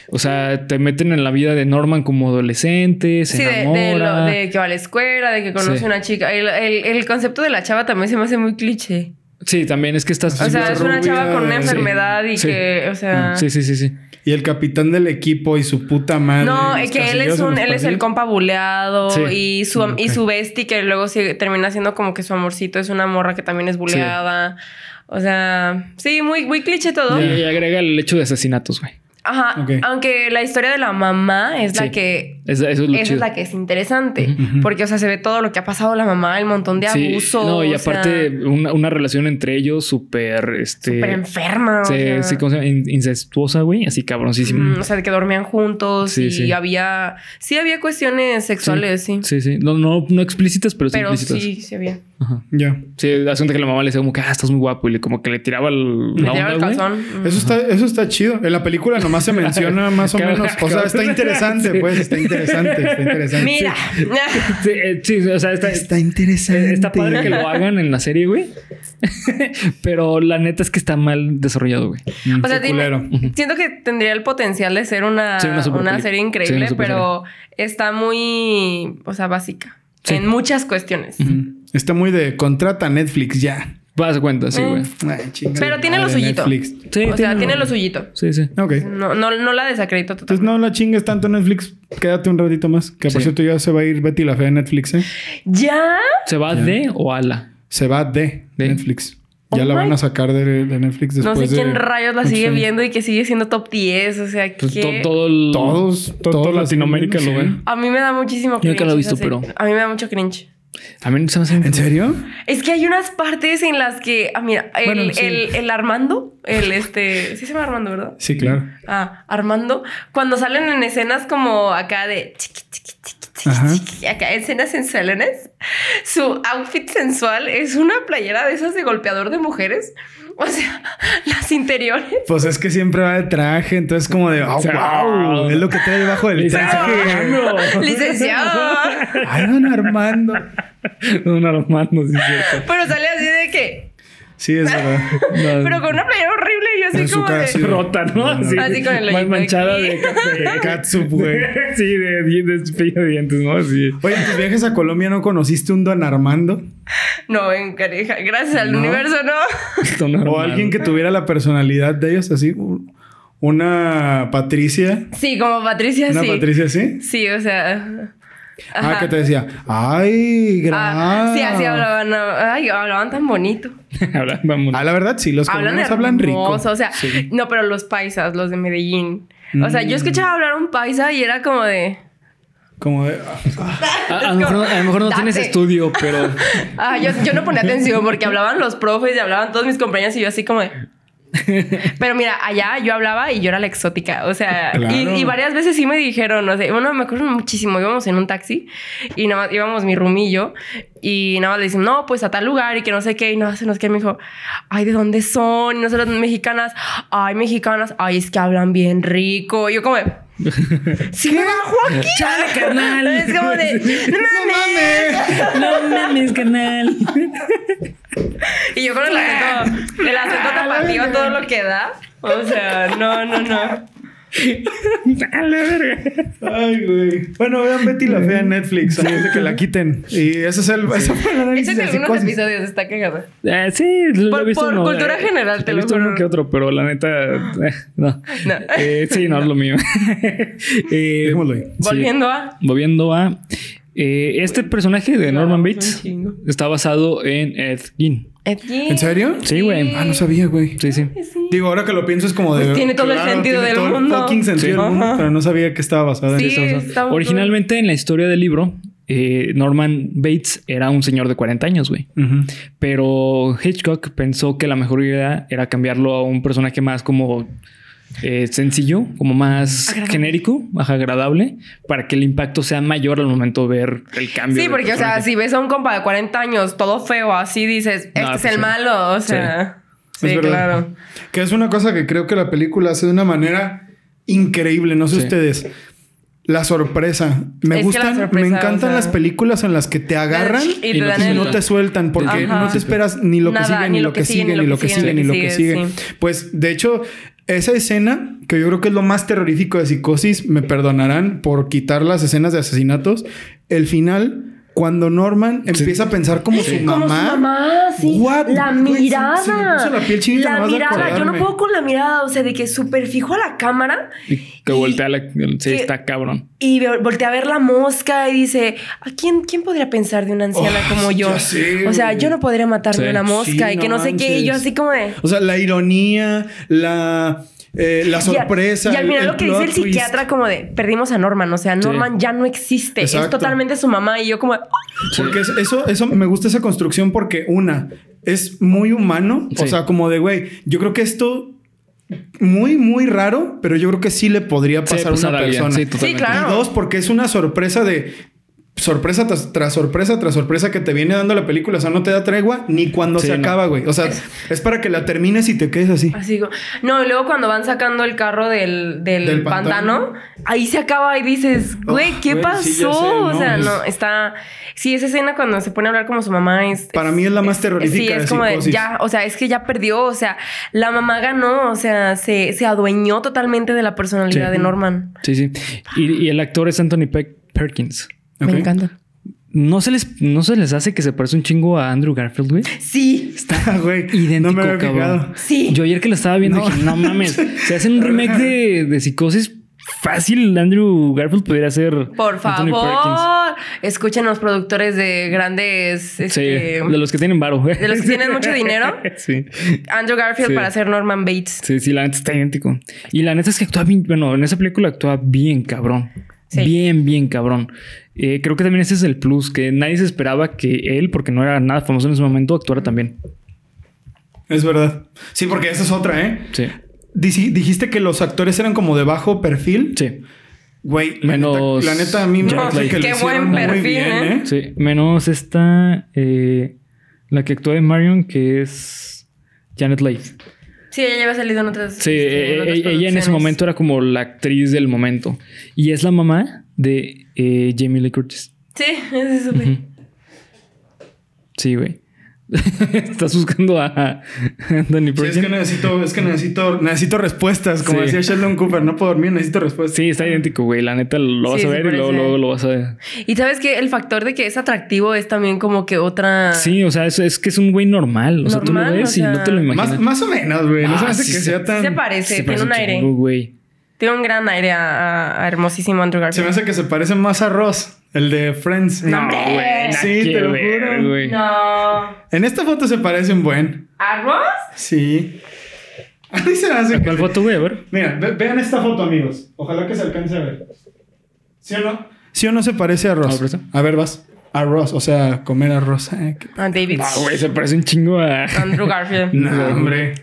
Speaker 1: O sea, te meten en la vida de Norman como adolescente, se
Speaker 3: Sí, de,
Speaker 1: enamora.
Speaker 3: de lo- de que va a la escuela, de que conoce
Speaker 1: Sí.
Speaker 3: una chica. El, el- el concepto de la chava también se me hace muy cliché.
Speaker 1: Sí, también es que estás.
Speaker 3: O
Speaker 2: Sí,
Speaker 3: sea,
Speaker 2: muy
Speaker 3: es una
Speaker 2: rubia,
Speaker 3: chava con una
Speaker 2: sí.
Speaker 3: enfermedad y
Speaker 1: Sí.
Speaker 3: que, o sea...
Speaker 1: Sí, sí, sí, sí.
Speaker 2: Y el capitán del equipo y su puta
Speaker 1: Ah,
Speaker 2: madre.
Speaker 3: No,
Speaker 2: los
Speaker 3: es que él es
Speaker 2: casilleros en
Speaker 3: un,
Speaker 2: los
Speaker 3: él es el
Speaker 2: pasillos.
Speaker 3: compa buleado
Speaker 1: Sí.
Speaker 3: y su am- y
Speaker 2: Ok.
Speaker 3: su bestie que luego se termina siendo como que su amorcito es una morra que también es buleada. O sea, sí, muy, muy cliché todo.
Speaker 1: Y, y agrega el hecho de asesinatos, güey.
Speaker 3: Ajá.
Speaker 2: Ok.
Speaker 3: Aunque la historia de la mamá es
Speaker 1: Sí.
Speaker 3: la que
Speaker 1: Es- eso es lo
Speaker 3: esa
Speaker 1: chido.
Speaker 3: es la que es interesante.
Speaker 2: Ujú.
Speaker 3: Porque, o sea, se ve todo lo que ha pasado la mamá, el montón de
Speaker 1: Sí,
Speaker 3: abusos.
Speaker 1: No, y
Speaker 3: o sea,
Speaker 1: aparte, una, una relación entre ellos súper. Este,
Speaker 3: súper enferma. o
Speaker 1: se-
Speaker 3: sea.
Speaker 1: sí, ¿cómo se llama? In- incestuosa, güey. Así cabroncísima.
Speaker 3: Mm, o sea, de que dormían juntos
Speaker 1: Sí,
Speaker 3: y
Speaker 1: sí.
Speaker 3: había. Sí, había cuestiones sexuales, sí.
Speaker 1: Sí, sí. No, no, no explícitas, pero sí
Speaker 3: Pero
Speaker 1: implícitas.
Speaker 3: sí, sí había.
Speaker 1: Ajá.
Speaker 2: Ya.
Speaker 1: Sí, la cuenta que la mamá le decía como que, ah, estás muy guapo. Y le, como que le tiraba el,
Speaker 3: Me
Speaker 1: la onda,
Speaker 3: tiraba el
Speaker 1: güey.
Speaker 3: calzón. Mm.
Speaker 2: Eso está, eso está chido. En la película nomás se
Speaker 1: *laughs*
Speaker 2: menciona más o
Speaker 1: Cabrón,
Speaker 2: menos. O sea, está
Speaker 1: cabrón.
Speaker 2: interesante,
Speaker 1: Sí.
Speaker 2: pues. Está interesante. Está interesante.
Speaker 3: Mira.
Speaker 1: Sí, eh, sí, o sea, está, eh,
Speaker 2: Está interesante.
Speaker 1: está padre que lo hagan en la serie, güey. *laughs* pero la neta es que está mal desarrollado, güey.
Speaker 2: Mm,
Speaker 3: *laughs* O sea,
Speaker 2: qué
Speaker 3: tiene-
Speaker 2: culero.
Speaker 3: siento que tendría el potencial de ser una,
Speaker 1: Sí, una
Speaker 3: una,
Speaker 1: superpeli-
Speaker 3: serie
Speaker 1: sí,
Speaker 3: increíble,
Speaker 1: una superserie.
Speaker 3: pero está muy, o sea, básica.
Speaker 1: Sí.
Speaker 3: En muchas cuestiones.
Speaker 2: Mm. Está muy de contrata Netflix ya.
Speaker 1: Vas a cuenta, sí,
Speaker 3: Mm.
Speaker 1: güey.
Speaker 2: Ay, chinga
Speaker 3: Pero
Speaker 2: tu
Speaker 3: tiene lo
Speaker 2: madre,
Speaker 3: suyito.
Speaker 2: Netflix.
Speaker 1: Sí,
Speaker 3: o sea, tiene lo suyito.
Speaker 1: Sí, sí.
Speaker 2: Ok.
Speaker 3: No, no, no la desacredito
Speaker 2: Entonces
Speaker 3: totalmente.
Speaker 2: no la chingues tanto Netflix. Quédate un ratito más. Que por
Speaker 1: Sí.
Speaker 2: cierto ya se va a ir Betty la Fea de Netflix, ¿eh?
Speaker 3: ¿Ya?
Speaker 1: ¿Se va de o a la?
Speaker 2: Se va de,
Speaker 1: De.
Speaker 2: Netflix. Ya
Speaker 3: Oh
Speaker 2: la
Speaker 3: my-
Speaker 2: van a sacar de, de Netflix después
Speaker 3: no sé
Speaker 2: de-
Speaker 3: quién rayos la sigue
Speaker 2: Sí.
Speaker 3: viendo y que sigue siendo top 10. O sea,
Speaker 1: Pues, to-
Speaker 3: que...
Speaker 1: todo el-
Speaker 2: Todos,
Speaker 1: todo,
Speaker 2: todos los
Speaker 1: Latinoamérica lo
Speaker 2: gringos,
Speaker 1: ven.
Speaker 3: A mí me da muchísimo
Speaker 1: Yo
Speaker 3: cringe.
Speaker 1: nunca la he visto,
Speaker 3: esa serie.
Speaker 1: pero-
Speaker 3: A mí me da mucho cringe.
Speaker 1: A mí se me hace...
Speaker 2: ¿eh? ¿En serio?
Speaker 3: Es que hay unas partes en las que... Ah, mira, el,
Speaker 2: Bueno, sí.
Speaker 3: el, el Armando, el este... Sí se llama Armando, ¿verdad?
Speaker 2: Sí, claro.
Speaker 3: Ah, Armando, cuando salen en escenas como acá de chiqui, chiqui, chiqui, chiqui,
Speaker 2: Ajá.
Speaker 3: chiqui, acá escenas sensualones, su outfit sensual es una playera de esas de golpeador de mujeres. O sea, *laughs* las interiores.
Speaker 2: Pues es que siempre va de traje, entonces como de, oh,
Speaker 1: O sea,
Speaker 2: wow, es lo que trae debajo del traje.
Speaker 3: Licenciado.
Speaker 2: Ay, don Armando.
Speaker 1: *laughs* Don Armando, sí es
Speaker 2: *laughs*
Speaker 1: cierto.
Speaker 3: Pero sale así de que.
Speaker 2: Sí, es verdad.
Speaker 1: No,
Speaker 3: *laughs* Pero con una playera horrible y yo
Speaker 2: En
Speaker 3: así
Speaker 2: su
Speaker 3: como
Speaker 2: casa,
Speaker 3: de.
Speaker 2: sí.
Speaker 1: rota, ¿no?
Speaker 2: Bueno,
Speaker 1: Así,
Speaker 3: Así con el
Speaker 1: más
Speaker 3: hoyito
Speaker 1: manchada
Speaker 3: aquí. *laughs*
Speaker 1: de café.
Speaker 2: De Katsup, güey.
Speaker 1: *laughs* sí, de, di- de cepillo de dientes, ¿no? Así.
Speaker 2: Oye, en tus viajes a Colombia no conociste un don Armando
Speaker 3: No, en careja. Gracias al
Speaker 2: No.
Speaker 3: universo, no.
Speaker 1: Don Armando.
Speaker 2: o alguien que tuviera la personalidad de ellos, así un- una Patricia,
Speaker 3: Sí, como Patricia,
Speaker 2: una
Speaker 3: sí.
Speaker 2: Patricia así.
Speaker 3: Sí, o sea.
Speaker 2: Ah,
Speaker 3: ajá.
Speaker 2: que te decía, ay, gracias.
Speaker 3: Ah, sí, así hablaban. Ay, hablaban tan bonito.
Speaker 1: *laughs* Ahora, vamos.
Speaker 3: *laughs*
Speaker 2: Ah, la verdad, sí, los
Speaker 3: Hablan
Speaker 2: colombianos
Speaker 3: hermoso,
Speaker 2: hablan rico.
Speaker 3: o sea,
Speaker 2: Sí. Mm.
Speaker 3: no, pero los paisas, los de Medellín, O sea, yo escuchaba hablar un paisa y era como de.
Speaker 2: Como de- "Ah,
Speaker 1: A, a lo, mejor, a lo mejor no
Speaker 3: Date.
Speaker 1: tienes estudio,
Speaker 3: *laughs*
Speaker 1: pero
Speaker 3: Ah, yo, yo no ponía atención porque hablaban los profes y hablaban todos mis compañeros y yo así como de... Pero mira, allá yo hablaba y yo era la exótica. O sea,
Speaker 2: Claro.
Speaker 3: y, y varias veces sí me dijeron, no sé, bueno, me acuerdo muchísimo, íbamos en un taxi y nada más íbamos mi rumillo y nada más le dicen, no, pues a tal lugar y que no sé qué, y no sé, no sé qué, me dijo, ay, ¿de dónde son? Y nosotros mexicanas, ay, mexicanas, ay, es que hablan bien rico. Y yo como, de, sí me bajo aquí.
Speaker 1: Chale, carnal.
Speaker 3: Es como de, no mames.
Speaker 1: no mames, *laughs* canal.
Speaker 3: Y yo con el acento, el acento tapatío, todo lo que da. Ah. O sea, no, no, no.
Speaker 2: Ay, güey. Bueno, vean Betty la Fea en Netflix. Antes de que la quiten. Y ese es el. ese fue el análisis
Speaker 3: Eso que
Speaker 2: de
Speaker 3: algunos
Speaker 2: psicosis.
Speaker 3: episodios está cagado.
Speaker 1: Eh, sí, lo
Speaker 3: Por-
Speaker 1: he visto
Speaker 3: por
Speaker 1: uno,
Speaker 3: cultura
Speaker 1: eh,
Speaker 3: general, te
Speaker 1: he
Speaker 3: lo
Speaker 1: visto
Speaker 3: juro.
Speaker 1: uno que otro, pero la neta, eh, no.
Speaker 3: No.
Speaker 1: Eh, sí, no, es lo mío. *laughs* Eh,
Speaker 2: Dejémoslo ahí.
Speaker 1: sí.
Speaker 3: Volviendo a.
Speaker 1: Volviendo a. eh, este personaje de Norman Bates
Speaker 3: Un chingo.
Speaker 1: está basado en Ed Gein.
Speaker 2: ¿En serio?
Speaker 1: Sí, güey.
Speaker 2: Ah, no sabía, güey.
Speaker 1: Sí, sí.
Speaker 2: Digo, ahora que lo pienso es como de.
Speaker 3: Pues tiene todo el sentido
Speaker 2: tiene
Speaker 3: del
Speaker 2: todo el
Speaker 3: mundo.
Speaker 2: fucking sentido
Speaker 3: Sí.
Speaker 2: del mundo,
Speaker 3: Ajá.
Speaker 2: pero no sabía que estaba basada
Speaker 3: Sí,
Speaker 2: en eso.
Speaker 3: está muy-
Speaker 1: Originalmente en la historia del libro, eh, Norman Bates era un señor de 40 años, güey.
Speaker 2: Ujú.
Speaker 1: Pero Hitchcock pensó que la mejor idea era cambiarlo a un personaje más como eh, sencillo, como más
Speaker 3: Agradable.
Speaker 1: genérico, más agradable, para que el impacto sea mayor al momento de ver el cambio.
Speaker 3: Sí,
Speaker 1: de
Speaker 3: porque, o sea,
Speaker 1: personaje.
Speaker 3: si ves a un compa de 40 años todo feo, así dices, este
Speaker 1: No,
Speaker 3: es
Speaker 1: pues
Speaker 3: el
Speaker 1: sí.
Speaker 3: malo. O sea, sí,
Speaker 2: Es verdad.
Speaker 3: claro.
Speaker 2: Que es una cosa que creo que la película hace de una manera increíble. No sé
Speaker 1: Sí.
Speaker 2: ustedes. La sorpresa. Me
Speaker 3: Es que
Speaker 2: gustan,
Speaker 3: la sorpresa,
Speaker 2: me encantan
Speaker 3: o sea-
Speaker 2: las películas en las que te agarran
Speaker 3: Y te
Speaker 2: y,
Speaker 3: dan el-
Speaker 2: no te sueltan porque
Speaker 3: Ajá.
Speaker 2: no te esperas ni lo que
Speaker 3: Nada,
Speaker 2: sigue, ni lo que sigue, ni lo que sigue, ni lo que sigue. Pues de hecho, esa escena que yo creo que es lo más terrorífico de psicosis, me perdonarán por quitar las escenas de asesinatos. El final. Cuando Norman empieza a pensar como su mamá.
Speaker 3: Como su mamá, sí.
Speaker 2: What?
Speaker 3: La
Speaker 2: Güey, se-
Speaker 3: mirada.
Speaker 2: se me puso la piel chinita
Speaker 3: La
Speaker 2: nomás de
Speaker 3: mirada. Yo no
Speaker 2: acordarme.
Speaker 3: puedo con la mirada, o sea, de que súper fijo a la cámara.
Speaker 1: Y que voltea la. Sí,
Speaker 3: que-
Speaker 1: está cabrón.
Speaker 3: Y ve- voltea a ver la mosca y dice, ¿a quién, quién podría pensar de una anciana
Speaker 2: Oh,
Speaker 3: como yo?
Speaker 2: ya sé,
Speaker 3: o sea,
Speaker 2: güey.
Speaker 3: yo no podría matarme
Speaker 1: Sí.
Speaker 3: una mosca
Speaker 2: Sí,
Speaker 3: y que no,
Speaker 2: no
Speaker 3: sé qué. Y yo
Speaker 2: manches.
Speaker 3: así como de...
Speaker 2: O sea, la ironía, la, eh, la
Speaker 3: Y a-
Speaker 2: sorpresa.
Speaker 3: Y, al final
Speaker 2: el-
Speaker 3: lo que dice
Speaker 2: plot
Speaker 3: el
Speaker 2: twist.
Speaker 3: psiquiatra como de, perdimos a Norman, o sea, Norman ya no existe, es
Speaker 2: Exacto.
Speaker 3: totalmente su mamá y yo como... "Oh",
Speaker 2: Porque es- eso, eso me gusta esa construcción porque, una, es muy humano. O
Speaker 1: Sí.
Speaker 2: sea, como de güey, yo creo que esto muy, muy raro, pero yo creo que sí le podría
Speaker 1: Sí,
Speaker 2: pasar
Speaker 1: pues,
Speaker 2: a una
Speaker 1: nada bien.
Speaker 2: persona.
Speaker 1: Sí, totalmente.
Speaker 3: claro.
Speaker 2: Y dos, porque es una sorpresa de. Sorpresa tras, tras sorpresa tras sorpresa que te viene dando la película. O sea, no te da tregua ni cuando
Speaker 1: Sí,
Speaker 2: se
Speaker 1: no.
Speaker 2: acaba, güey. O sea, es para que la termines y te quedes así.
Speaker 3: Así como- no, y luego cuando van sacando el carro del, del,
Speaker 2: Del
Speaker 3: pantano,
Speaker 2: pantano. Ah,
Speaker 3: ahí se acaba y dices, güey, ¿qué
Speaker 2: güey,
Speaker 3: pasó?
Speaker 2: sí, ya sé,
Speaker 3: o
Speaker 2: no, pues.
Speaker 3: sea,
Speaker 2: es-
Speaker 3: no, está... Sí, esa escena cuando se pone a hablar como su mamá es...
Speaker 2: Para mí es la más terrorífica
Speaker 3: Sí, es
Speaker 2: de
Speaker 3: como de,
Speaker 2: Psicosis.
Speaker 3: ya, o sea, es que ya perdió, o sea, la mamá ganó, o sea, se, se adueñó totalmente de la personalidad
Speaker 1: Sí.
Speaker 3: de Norman.
Speaker 1: Sí, sí. Y, y el actor es Anthony Pe- Perkins.
Speaker 2: Ok. *laughs*
Speaker 3: Me encanta.
Speaker 1: ¿No se, les, ¿No se les hace que se parece un chingo a Andrew Garfield, güey?
Speaker 3: Sí,
Speaker 2: Ah, güey.
Speaker 1: Idéntico,
Speaker 2: no me había
Speaker 1: cabrón.
Speaker 2: fijado.
Speaker 3: sí.
Speaker 1: Yo ayer que lo estaba viendo
Speaker 2: No.
Speaker 1: dije, no mames, se hacen un remake de, de Psicosis fácil. Andrew Garfield pudiera ser
Speaker 3: Por
Speaker 1: Anthony Perkins.
Speaker 3: favor, escuchen los productores de grandes...
Speaker 1: Sí,
Speaker 3: Este,
Speaker 1: de los que tienen varo.
Speaker 3: de los que tienen mucho dinero.
Speaker 1: *laughs* Sí.
Speaker 3: Andrew Garfield
Speaker 1: Sí.
Speaker 3: para hacer Norman Bates.
Speaker 1: Sí, sí, la neta está idéntico. Y la neta es que actúa bien, bueno, en esa película actúa bien cabrón.
Speaker 3: Sí.
Speaker 1: Bien, bien cabrón. Eh, creo que también ese es el plus, que nadie se esperaba que él, porque no era nada famoso en ese momento, actuara también.
Speaker 2: Es verdad. Sí, porque esa es otra, ¿eh?
Speaker 1: Sí,
Speaker 2: Dici- dijiste que los actores eran como de bajo perfil.
Speaker 1: sí,
Speaker 2: Güey, la,
Speaker 1: Menos
Speaker 2: neta, la neta a mí me
Speaker 1: Jared
Speaker 2: parece
Speaker 1: Leto.
Speaker 2: que lo
Speaker 3: Qué
Speaker 2: hicieron
Speaker 3: buen
Speaker 2: muy
Speaker 3: perfil,
Speaker 2: bien,
Speaker 3: ¿eh?
Speaker 2: ¿eh?
Speaker 1: sí. Menos esta, eh, la que actúa de Marion, que es Janet Leigh.
Speaker 3: Sí, ella ya había salido en otras.
Speaker 1: Sí,
Speaker 3: este,
Speaker 1: eh,
Speaker 3: otras
Speaker 1: eh, ella en ese
Speaker 3: producciones.
Speaker 1: momento era como la actriz del momento. Y es la mamá de eh, Jamie Lee Curtis.
Speaker 3: Sí, *laughs* ese supe.
Speaker 1: Ujú. Sí, güey. *laughs* Estás buscando a a Anthony
Speaker 2: Sí, es que
Speaker 1: Perkins.
Speaker 2: necesito, es que necesito, necesito respuestas, como
Speaker 1: Sí.
Speaker 2: decía Sheldon Cooper, no puedo dormir, necesito respuestas.
Speaker 1: Sí, está idéntico, güey. La neta lo vas
Speaker 3: Sí,
Speaker 1: a
Speaker 3: sí
Speaker 1: ver y luego,
Speaker 3: parece.
Speaker 1: luego lo vas a.
Speaker 3: Y sabes que el factor de que es atractivo es también como que otra.
Speaker 1: Sí, o sea, es, es que es un güey normal. O sea, tú lo
Speaker 3: Ah. Normal,
Speaker 1: ves
Speaker 3: o
Speaker 1: y no te lo
Speaker 3: sea,
Speaker 1: imaginas.
Speaker 2: Más, más o menos, güey. No
Speaker 1: Ah,
Speaker 2: se me hace
Speaker 1: sí,
Speaker 2: que
Speaker 1: sí.
Speaker 2: sea tan.
Speaker 3: Se parece,
Speaker 1: Se
Speaker 3: tiene
Speaker 1: parece
Speaker 3: un aire.
Speaker 1: chingo, güey.
Speaker 3: Tiene un gran aire a, a- a hermosísimo
Speaker 2: Se
Speaker 3: Andrew
Speaker 2: me
Speaker 3: Garfield.
Speaker 2: hace que se parece más a Ross, el de Friends.
Speaker 1: No, güey. nada
Speaker 2: Sí,
Speaker 1: que
Speaker 2: te lo
Speaker 1: ver,
Speaker 2: juro.
Speaker 1: güey.
Speaker 3: No.
Speaker 2: En esta foto se parece un buen.
Speaker 3: ¿Arroz?
Speaker 2: Sí. *laughs* A mí se me hace
Speaker 1: ¿A
Speaker 2: que-
Speaker 1: cuál foto, güey? A ver.
Speaker 2: Mira, ve- vean esta foto, amigos. Ojalá que se alcance a ver. ¿Sí o no? ¿Sí o no se parece a
Speaker 1: A ver,
Speaker 2: Ross?
Speaker 1: presta.
Speaker 2: A ver, vas. A Ross, o sea, comer arroz. eh, Ay, qué-
Speaker 3: Ah, David.
Speaker 1: Ah, güey, se parece un chingo a.
Speaker 3: Andrew
Speaker 2: *laughs*
Speaker 3: Garfield.
Speaker 2: No, hombre.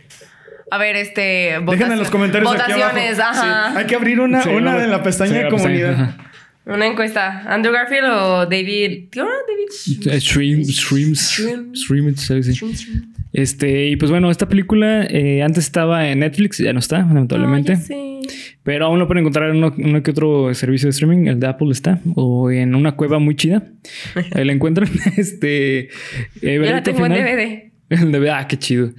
Speaker 3: A ver, este.
Speaker 2: Dejen en los comentarios aquí abajo.
Speaker 3: Votaciones,
Speaker 2: Sí,
Speaker 3: ajá.
Speaker 2: Hay que abrir una,
Speaker 1: Sí,
Speaker 2: una
Speaker 1: no,
Speaker 2: en la pestaña
Speaker 1: sí,
Speaker 2: de
Speaker 1: la
Speaker 2: comunidad.
Speaker 1: pestaña, ajá.
Speaker 3: Una encuesta. ¿Andrew Garfield o David? ¿Qué hora? David?
Speaker 1: Eh, Stream, streams,
Speaker 3: Stream.
Speaker 1: streams, algo así.
Speaker 3: Shum, shum.
Speaker 1: Este, y pues bueno, esta película eh, antes estaba en Netflix, ya no está, lamentablemente.
Speaker 3: Ah, ya sé.
Speaker 1: Pero aún lo pueden encontrar en uno, uno que otro servicio de streaming, el de Apple está, o en una cueva muy
Speaker 3: *laughs*
Speaker 1: chida. Ahí la encuentran. *laughs* Este, eh,
Speaker 3: Yo la
Speaker 1: veredicto
Speaker 3: tengo en
Speaker 1: final.
Speaker 3: DVD.
Speaker 1: *laughs* El DVD, ah, qué
Speaker 3: *laughs*
Speaker 1: chido.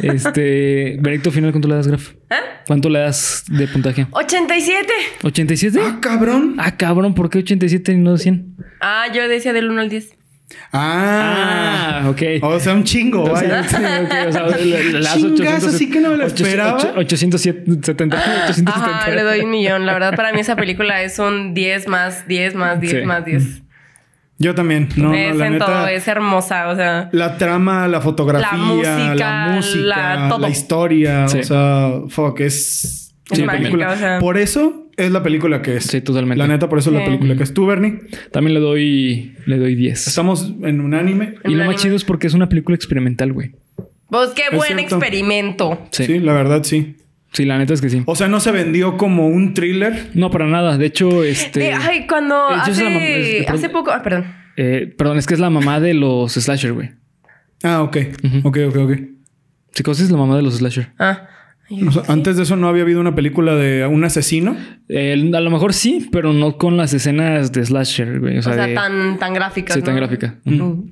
Speaker 1: Este, veredicto final, ¿cuánto le das, Graf?
Speaker 3: ¿Ah?
Speaker 1: ¿Cuánto le das de puntaje?
Speaker 3: ¡87!
Speaker 1: ¿87?
Speaker 2: Ah, cabrón.
Speaker 1: Ah, cabrón, ¿por qué 87 y no 100?
Speaker 3: Ah, yo decía del 1 al 10.
Speaker 2: Ah.
Speaker 1: Ah, ok.
Speaker 2: O sea, un chingo, vaya.
Speaker 1: Sí, ok, o *laughs* sea, las
Speaker 2: Chingas,
Speaker 1: 800,
Speaker 2: así que no me lo
Speaker 1: ocho-
Speaker 2: esperaba.
Speaker 1: ocho- 870, 870.
Speaker 3: Ajá, le doy un millón. La verdad,
Speaker 2: *laughs*
Speaker 3: para mí esa película es un 10 más 10 más 10
Speaker 1: Sí.
Speaker 3: más 10.
Speaker 2: Yo también. No, no,
Speaker 3: es
Speaker 2: la
Speaker 3: en
Speaker 2: neta.
Speaker 3: todo, es hermosa, o sea.
Speaker 2: La trama, la fotografía, la
Speaker 3: La
Speaker 2: música,
Speaker 3: música,
Speaker 2: la,
Speaker 3: la- todo.
Speaker 2: historia. O
Speaker 1: Sí.
Speaker 2: sea, fuck, es
Speaker 3: Es
Speaker 2: una
Speaker 3: mágica,
Speaker 2: película.
Speaker 3: o sea.
Speaker 2: Por eso es la película que es.
Speaker 1: Sí, totalmente.
Speaker 2: La neta, por eso es la
Speaker 3: Sí.
Speaker 2: película que es. Tú, Bernie,
Speaker 1: También le doy, le doy 10.
Speaker 2: estamos en un anime.
Speaker 1: Y lo
Speaker 3: Unánime.
Speaker 1: más chido es porque es una película experimental, güey.
Speaker 3: Pues qué
Speaker 2: Es
Speaker 3: buen
Speaker 2: cierto.
Speaker 3: experimento.
Speaker 2: Sí.
Speaker 1: Sí. Oh.
Speaker 2: la verdad, sí.
Speaker 1: Sí, la neta es que sí.
Speaker 2: O sea, no se vendió como un thriller.
Speaker 1: No, para nada. De hecho, este.
Speaker 3: De- ay, cuando
Speaker 1: Eh, yo soy la mam-
Speaker 3: hace,
Speaker 1: es- perdón.
Speaker 3: hace poco. Ah, perdón.
Speaker 1: eh, perdón, es que es la mamá de los slasher, güey.
Speaker 2: Ah, ok.
Speaker 1: Ujú.
Speaker 2: Ok, ok, ok.
Speaker 1: Psicosis es la mamá de los slasher.
Speaker 3: Ah.
Speaker 2: O sea, Antes de eso no había habido una película de un asesino.
Speaker 1: Eh, a lo mejor sí, pero no con las escenas de slasher, güey. O
Speaker 3: O
Speaker 1: sea,
Speaker 3: sea,
Speaker 1: de-
Speaker 3: tan, tan gráfica.
Speaker 1: sí, tan gráfica.
Speaker 3: Mm.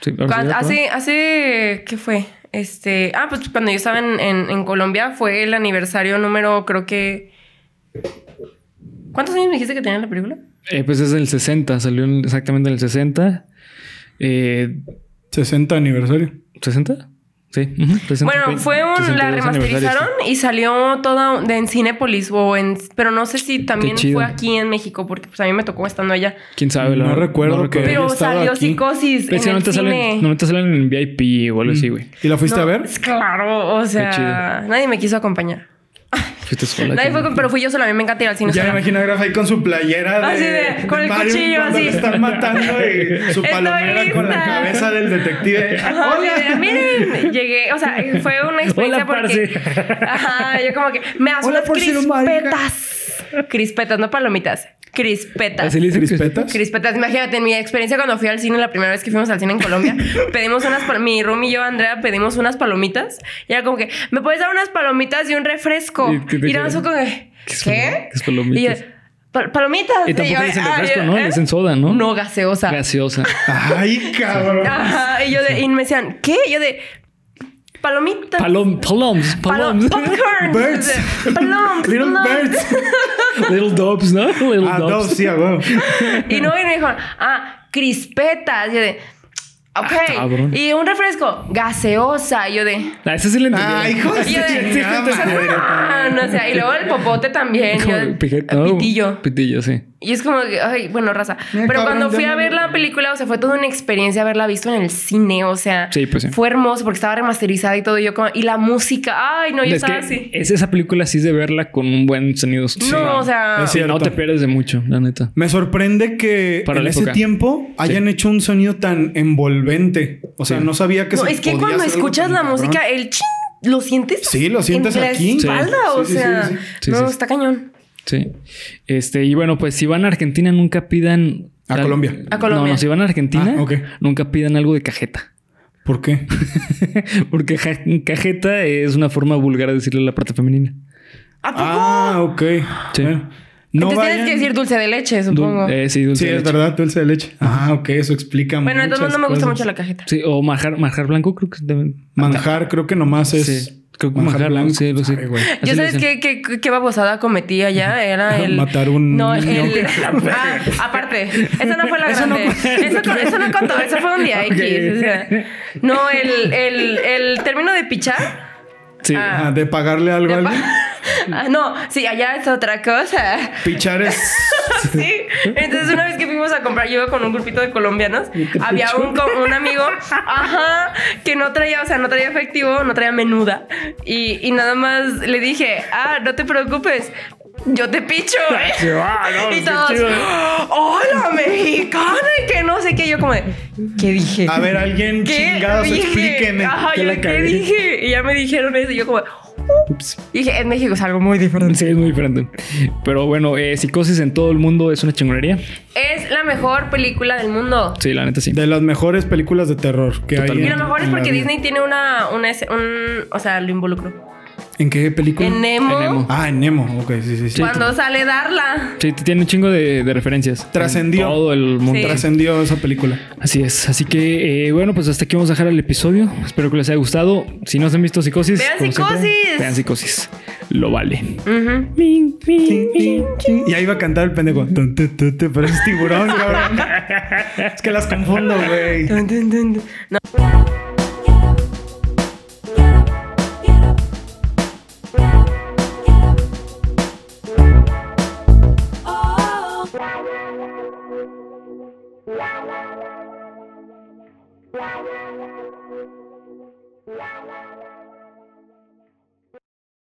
Speaker 1: Sí, ahora ah, sí,
Speaker 3: Cuan-
Speaker 1: ¿verdad?
Speaker 3: hace, hace, ¿qué fue? Este, ah, pues cuando yo estaba en, en- en Colombia fue el aniversario número, creo que... ¿Cuántos años me dijiste que tenía la película?
Speaker 1: Eh, pues es del 60, salió en- exactamente en el 60. Eh,
Speaker 2: 60 aniversario.
Speaker 1: ¿60? Sí. ujú, 60,
Speaker 3: Bueno,
Speaker 1: güey.
Speaker 3: fue un...
Speaker 1: 62
Speaker 3: La remasterizaron
Speaker 1: aniversario,
Speaker 3: y salió toda de, en Cinépolis o en... Pero no sé si también
Speaker 1: chido.
Speaker 3: fue aquí en México porque pues a mí me tocó estando allá.
Speaker 1: sí. ¿Quién sabe?
Speaker 2: No recuerdo que- Había
Speaker 3: Pero
Speaker 2: estado
Speaker 3: salió
Speaker 2: aquí.
Speaker 3: Psicosis
Speaker 1: Es que
Speaker 3: en el
Speaker 1: normalmente
Speaker 3: cine.
Speaker 1: salen, normalmente salen en VIP o algo así, Pues güey.
Speaker 2: Mm. ¿Y la fuiste
Speaker 3: No,
Speaker 2: a ver?
Speaker 3: es Claro, o sea,
Speaker 1: chido.
Speaker 3: nadie me quiso acompañar.
Speaker 1: Fuiste sola,
Speaker 3: Nadie
Speaker 1: cabrón.
Speaker 3: fue, con- pero fui yo sola. A mí me encanta ir al cine
Speaker 2: ya
Speaker 3: sola.
Speaker 2: me imagino a Graf ahí con su playera de,
Speaker 3: Así de- con el
Speaker 2: Mario
Speaker 3: cuchillo,
Speaker 2: cuando
Speaker 3: así.
Speaker 2: lo están matando y su
Speaker 3: Estoy
Speaker 2: palomera con la
Speaker 3: lista.
Speaker 2: cabeza del detective.
Speaker 3: Ajá, mira, miren, llegué, o sea, fue
Speaker 2: *laughs*
Speaker 3: una experiencia
Speaker 1: Hola,
Speaker 3: porque. Ajá, yo como que me das
Speaker 2: Hola,
Speaker 3: unas
Speaker 2: parcero, marica.
Speaker 3: crispetas. Crispetas, no palomitas. Crispetas.
Speaker 1: Así le dicen
Speaker 2: ¿Crispetas?
Speaker 3: Crispetas, imagínate, en mi experiencia cuando fui al cine la primera vez que fuimos al cine en Colombia,
Speaker 1: *laughs*
Speaker 3: pedimos unas pal- mi Rum y yo, Andrea, pedimos unas palomitas. Y era como que, ¿me puedes dar unas palomitas y un refresco?
Speaker 1: ¿Y qué te
Speaker 3: Y era
Speaker 1: dijeron?
Speaker 3: como que,
Speaker 1: ¿Qué es
Speaker 3: ¿qué?
Speaker 1: palom- qué es palomitas?
Speaker 3: Y yo, "Pal- palomitas.
Speaker 1: Y tampoco
Speaker 3: yo,
Speaker 1: le dicen
Speaker 3: ah,
Speaker 1: refresco,
Speaker 3: yo,
Speaker 1: ¿no?
Speaker 3: ¿eh?
Speaker 1: Le dicen soda, ¿no?
Speaker 3: No, gaseosa. *laughs*
Speaker 1: Gaseosa.
Speaker 2: Ay, cabrón.
Speaker 3: Ajá, y yo de, y me decían, ¿qué? Y yo de, palomitas.
Speaker 1: Palom, paloms,
Speaker 3: Palom,
Speaker 1: paloms.
Speaker 3: popcorn.
Speaker 2: Birds.
Speaker 3: Palom,
Speaker 2: Little
Speaker 3: palom.
Speaker 2: Birds.
Speaker 1: *laughs* Little dobs, ¿no? Little
Speaker 2: Ah, no,
Speaker 1: dobs.
Speaker 2: sí, a huevo.
Speaker 3: Y no, y me dijeron, ah, crispetas. Y yo de, ok.
Speaker 1: Ah, cabrón.
Speaker 3: y un refresco, gaseosa. Y yo de,
Speaker 1: Ah, ese sí le entendí.
Speaker 2: Ay, hijo de
Speaker 3: y yo de,
Speaker 2: chingada madre.
Speaker 3: *laughs* ah, no sé. Y luego el popote también.
Speaker 1: Como
Speaker 3: yo de,
Speaker 1: piquet-
Speaker 3: ah,
Speaker 1: no,
Speaker 3: pitillo.
Speaker 1: Pitillo, sí.
Speaker 3: Y es como que, ay, bueno, raza.
Speaker 2: Mira,
Speaker 3: Pero
Speaker 2: cabrón,
Speaker 3: cuando fui
Speaker 2: yo
Speaker 3: a
Speaker 2: no-
Speaker 3: ver la película, o sea, fue toda una experiencia haberla visto en el cine, o sea,
Speaker 1: Sí, pues sí.
Speaker 3: fue hermoso porque estaba remasterizada y todo. Y, yo como- y la música, ay, no, yo
Speaker 1: Es
Speaker 3: estaba
Speaker 1: que
Speaker 3: así.
Speaker 1: es esa película sí es de verla con un buen sonido.
Speaker 3: No, o sea,
Speaker 2: Es cierto.
Speaker 1: no te pierdes de mucho, la neta.
Speaker 2: Me sorprende que
Speaker 1: Para
Speaker 2: en
Speaker 1: la
Speaker 2: ese
Speaker 1: época.
Speaker 2: tiempo hayan hecho un sonido tan envolvente. O sea,
Speaker 1: Sí.
Speaker 2: no sabía que
Speaker 3: no,
Speaker 2: se
Speaker 3: es que
Speaker 2: podía
Speaker 3: cuando
Speaker 2: hacer algo
Speaker 3: escuchas
Speaker 2: tan
Speaker 3: la
Speaker 2: cabrón.
Speaker 3: música, eh. el ching, lo sientes.
Speaker 2: Sí, lo sientes
Speaker 3: en
Speaker 2: aquí.
Speaker 3: La espalda,
Speaker 2: Sí.
Speaker 3: o
Speaker 2: Sí, sí, sí,
Speaker 3: sea,
Speaker 2: sí.
Speaker 1: Sí,
Speaker 3: no,
Speaker 1: sí.
Speaker 3: está cañón.
Speaker 1: Sí. Este, y bueno, pues si van a Argentina, nunca pidan.
Speaker 2: A Colombia.
Speaker 3: A Colombia.
Speaker 1: No, no, si van a Argentina,
Speaker 2: Ah, ok.
Speaker 1: nunca pidan algo de cajeta. *laughs*
Speaker 2: ¿Por
Speaker 3: *laughs*
Speaker 2: qué?
Speaker 1: Porque ja- cajeta es una forma vulgar de decirle a la parte femenina.
Speaker 3: ¿A poco?
Speaker 2: Ah, ok.
Speaker 1: Sí.
Speaker 2: Bueno, no
Speaker 3: entonces
Speaker 2: vayan...
Speaker 3: tienes que decir dulce de leche,
Speaker 1: Dul-
Speaker 3: supongo.
Speaker 1: eh, sí,
Speaker 2: Sí,
Speaker 1: dulce de
Speaker 2: es
Speaker 1: leche.
Speaker 2: verdad, dulce de leche. Ah, ok, eso explica
Speaker 3: bueno, entonces no
Speaker 2: muchas
Speaker 3: me gusta
Speaker 2: cosas.
Speaker 3: mucho la cajeta.
Speaker 1: Sí, o manjar, manjar blanco, creo que también.
Speaker 2: Manjar, creo que nomás es.
Speaker 1: Sí, creo que manjar blanco,
Speaker 2: blanco.
Speaker 1: sí, pues sí.
Speaker 2: Ay, güey.
Speaker 1: Así
Speaker 3: Yo
Speaker 1: le
Speaker 3: sabes
Speaker 1: dicen.
Speaker 3: qué, qué, qué- qué babosada
Speaker 2: *laughs*
Speaker 3: cometí allá. Era el.
Speaker 2: Matar un
Speaker 3: No,
Speaker 2: niño.
Speaker 3: *laughs* el. Ah, aparte. Esa no fue la grande. eso, co- eso no contó. Eso fue
Speaker 2: *laughs*
Speaker 3: un día
Speaker 1: Ok.
Speaker 3: X. o sea. no, el, el, el término de pichar.
Speaker 1: Sí.
Speaker 3: Ah.
Speaker 2: Ah, de pagarle algo a
Speaker 3: De pa-
Speaker 2: alguien.
Speaker 3: *laughs* Ah, no, sí, allá es otra cosa.
Speaker 2: Pichar es.
Speaker 3: *laughs* Sí. Entonces, una vez que fuimos a comprar, yo iba con un grupito de colombianos.
Speaker 2: te
Speaker 3: Había
Speaker 2: pichó.
Speaker 3: un, co- un amigo, ajá, que no traía, o sea, no traía efectivo, no traía menuda. Y, y nada más le dije, ah, no te preocupes, yo te picho. ¿eh?"
Speaker 1: Sí, *laughs* ah,
Speaker 3: *laughs*
Speaker 1: no,
Speaker 3: y
Speaker 1: qué
Speaker 3: todos,
Speaker 1: chido.
Speaker 3: hola mexicana, y que no sé qué. Yo, como, de, ¿qué dije?
Speaker 2: A ver, alguien
Speaker 3: ¿Qué
Speaker 2: chingados,
Speaker 3: dije?
Speaker 2: explíquenme.
Speaker 3: Ajá,
Speaker 1: que
Speaker 3: yo,
Speaker 1: la
Speaker 3: ¿qué
Speaker 1: cagué.
Speaker 3: dije? Y ya me dijeron eso. Y yo, como,
Speaker 1: Ups.
Speaker 3: dije, en México es algo muy diferente.
Speaker 1: Sí, es muy diferente. Pero bueno, eh, Psicosis en todo el mundo es una chingonería.
Speaker 3: Es la mejor película del mundo.
Speaker 1: Sí, la neta sí.
Speaker 2: De las mejores películas de terror que hay.
Speaker 1: Totalmente.
Speaker 3: Y lo
Speaker 2: en-
Speaker 3: mejor es
Speaker 2: en la
Speaker 3: porque
Speaker 2: vida.
Speaker 3: Disney tiene una, una es- un, o sea, lo involucró.
Speaker 2: ¿En qué película?
Speaker 3: En Nemo,
Speaker 1: En Nemo.
Speaker 2: Ah, en Nemo. Ok, sí, sí, sí.
Speaker 3: cuando sale Darla.
Speaker 1: Sí, tiene un chingo de, de referencias.
Speaker 2: Trascendió.
Speaker 1: En Todo el mundo.
Speaker 3: Sí.
Speaker 2: Trascendió esa película.
Speaker 1: Así es. Así que, eh, bueno, pues hasta aquí vamos a dejar el episodio. Espero que les haya gustado. Si no se han visto Psicosis,
Speaker 3: Vean
Speaker 1: como siempre,
Speaker 3: Psicosis.
Speaker 1: vean Psicosis. Lo vale.
Speaker 3: Ujú.
Speaker 2: Y ahí va a cantar el pendejo. Tun, tu, tu, tu, Pero es tiburón, cabrón. *laughs* Es que las confundo, güey.
Speaker 3: Dun, dun, dun, dun. No.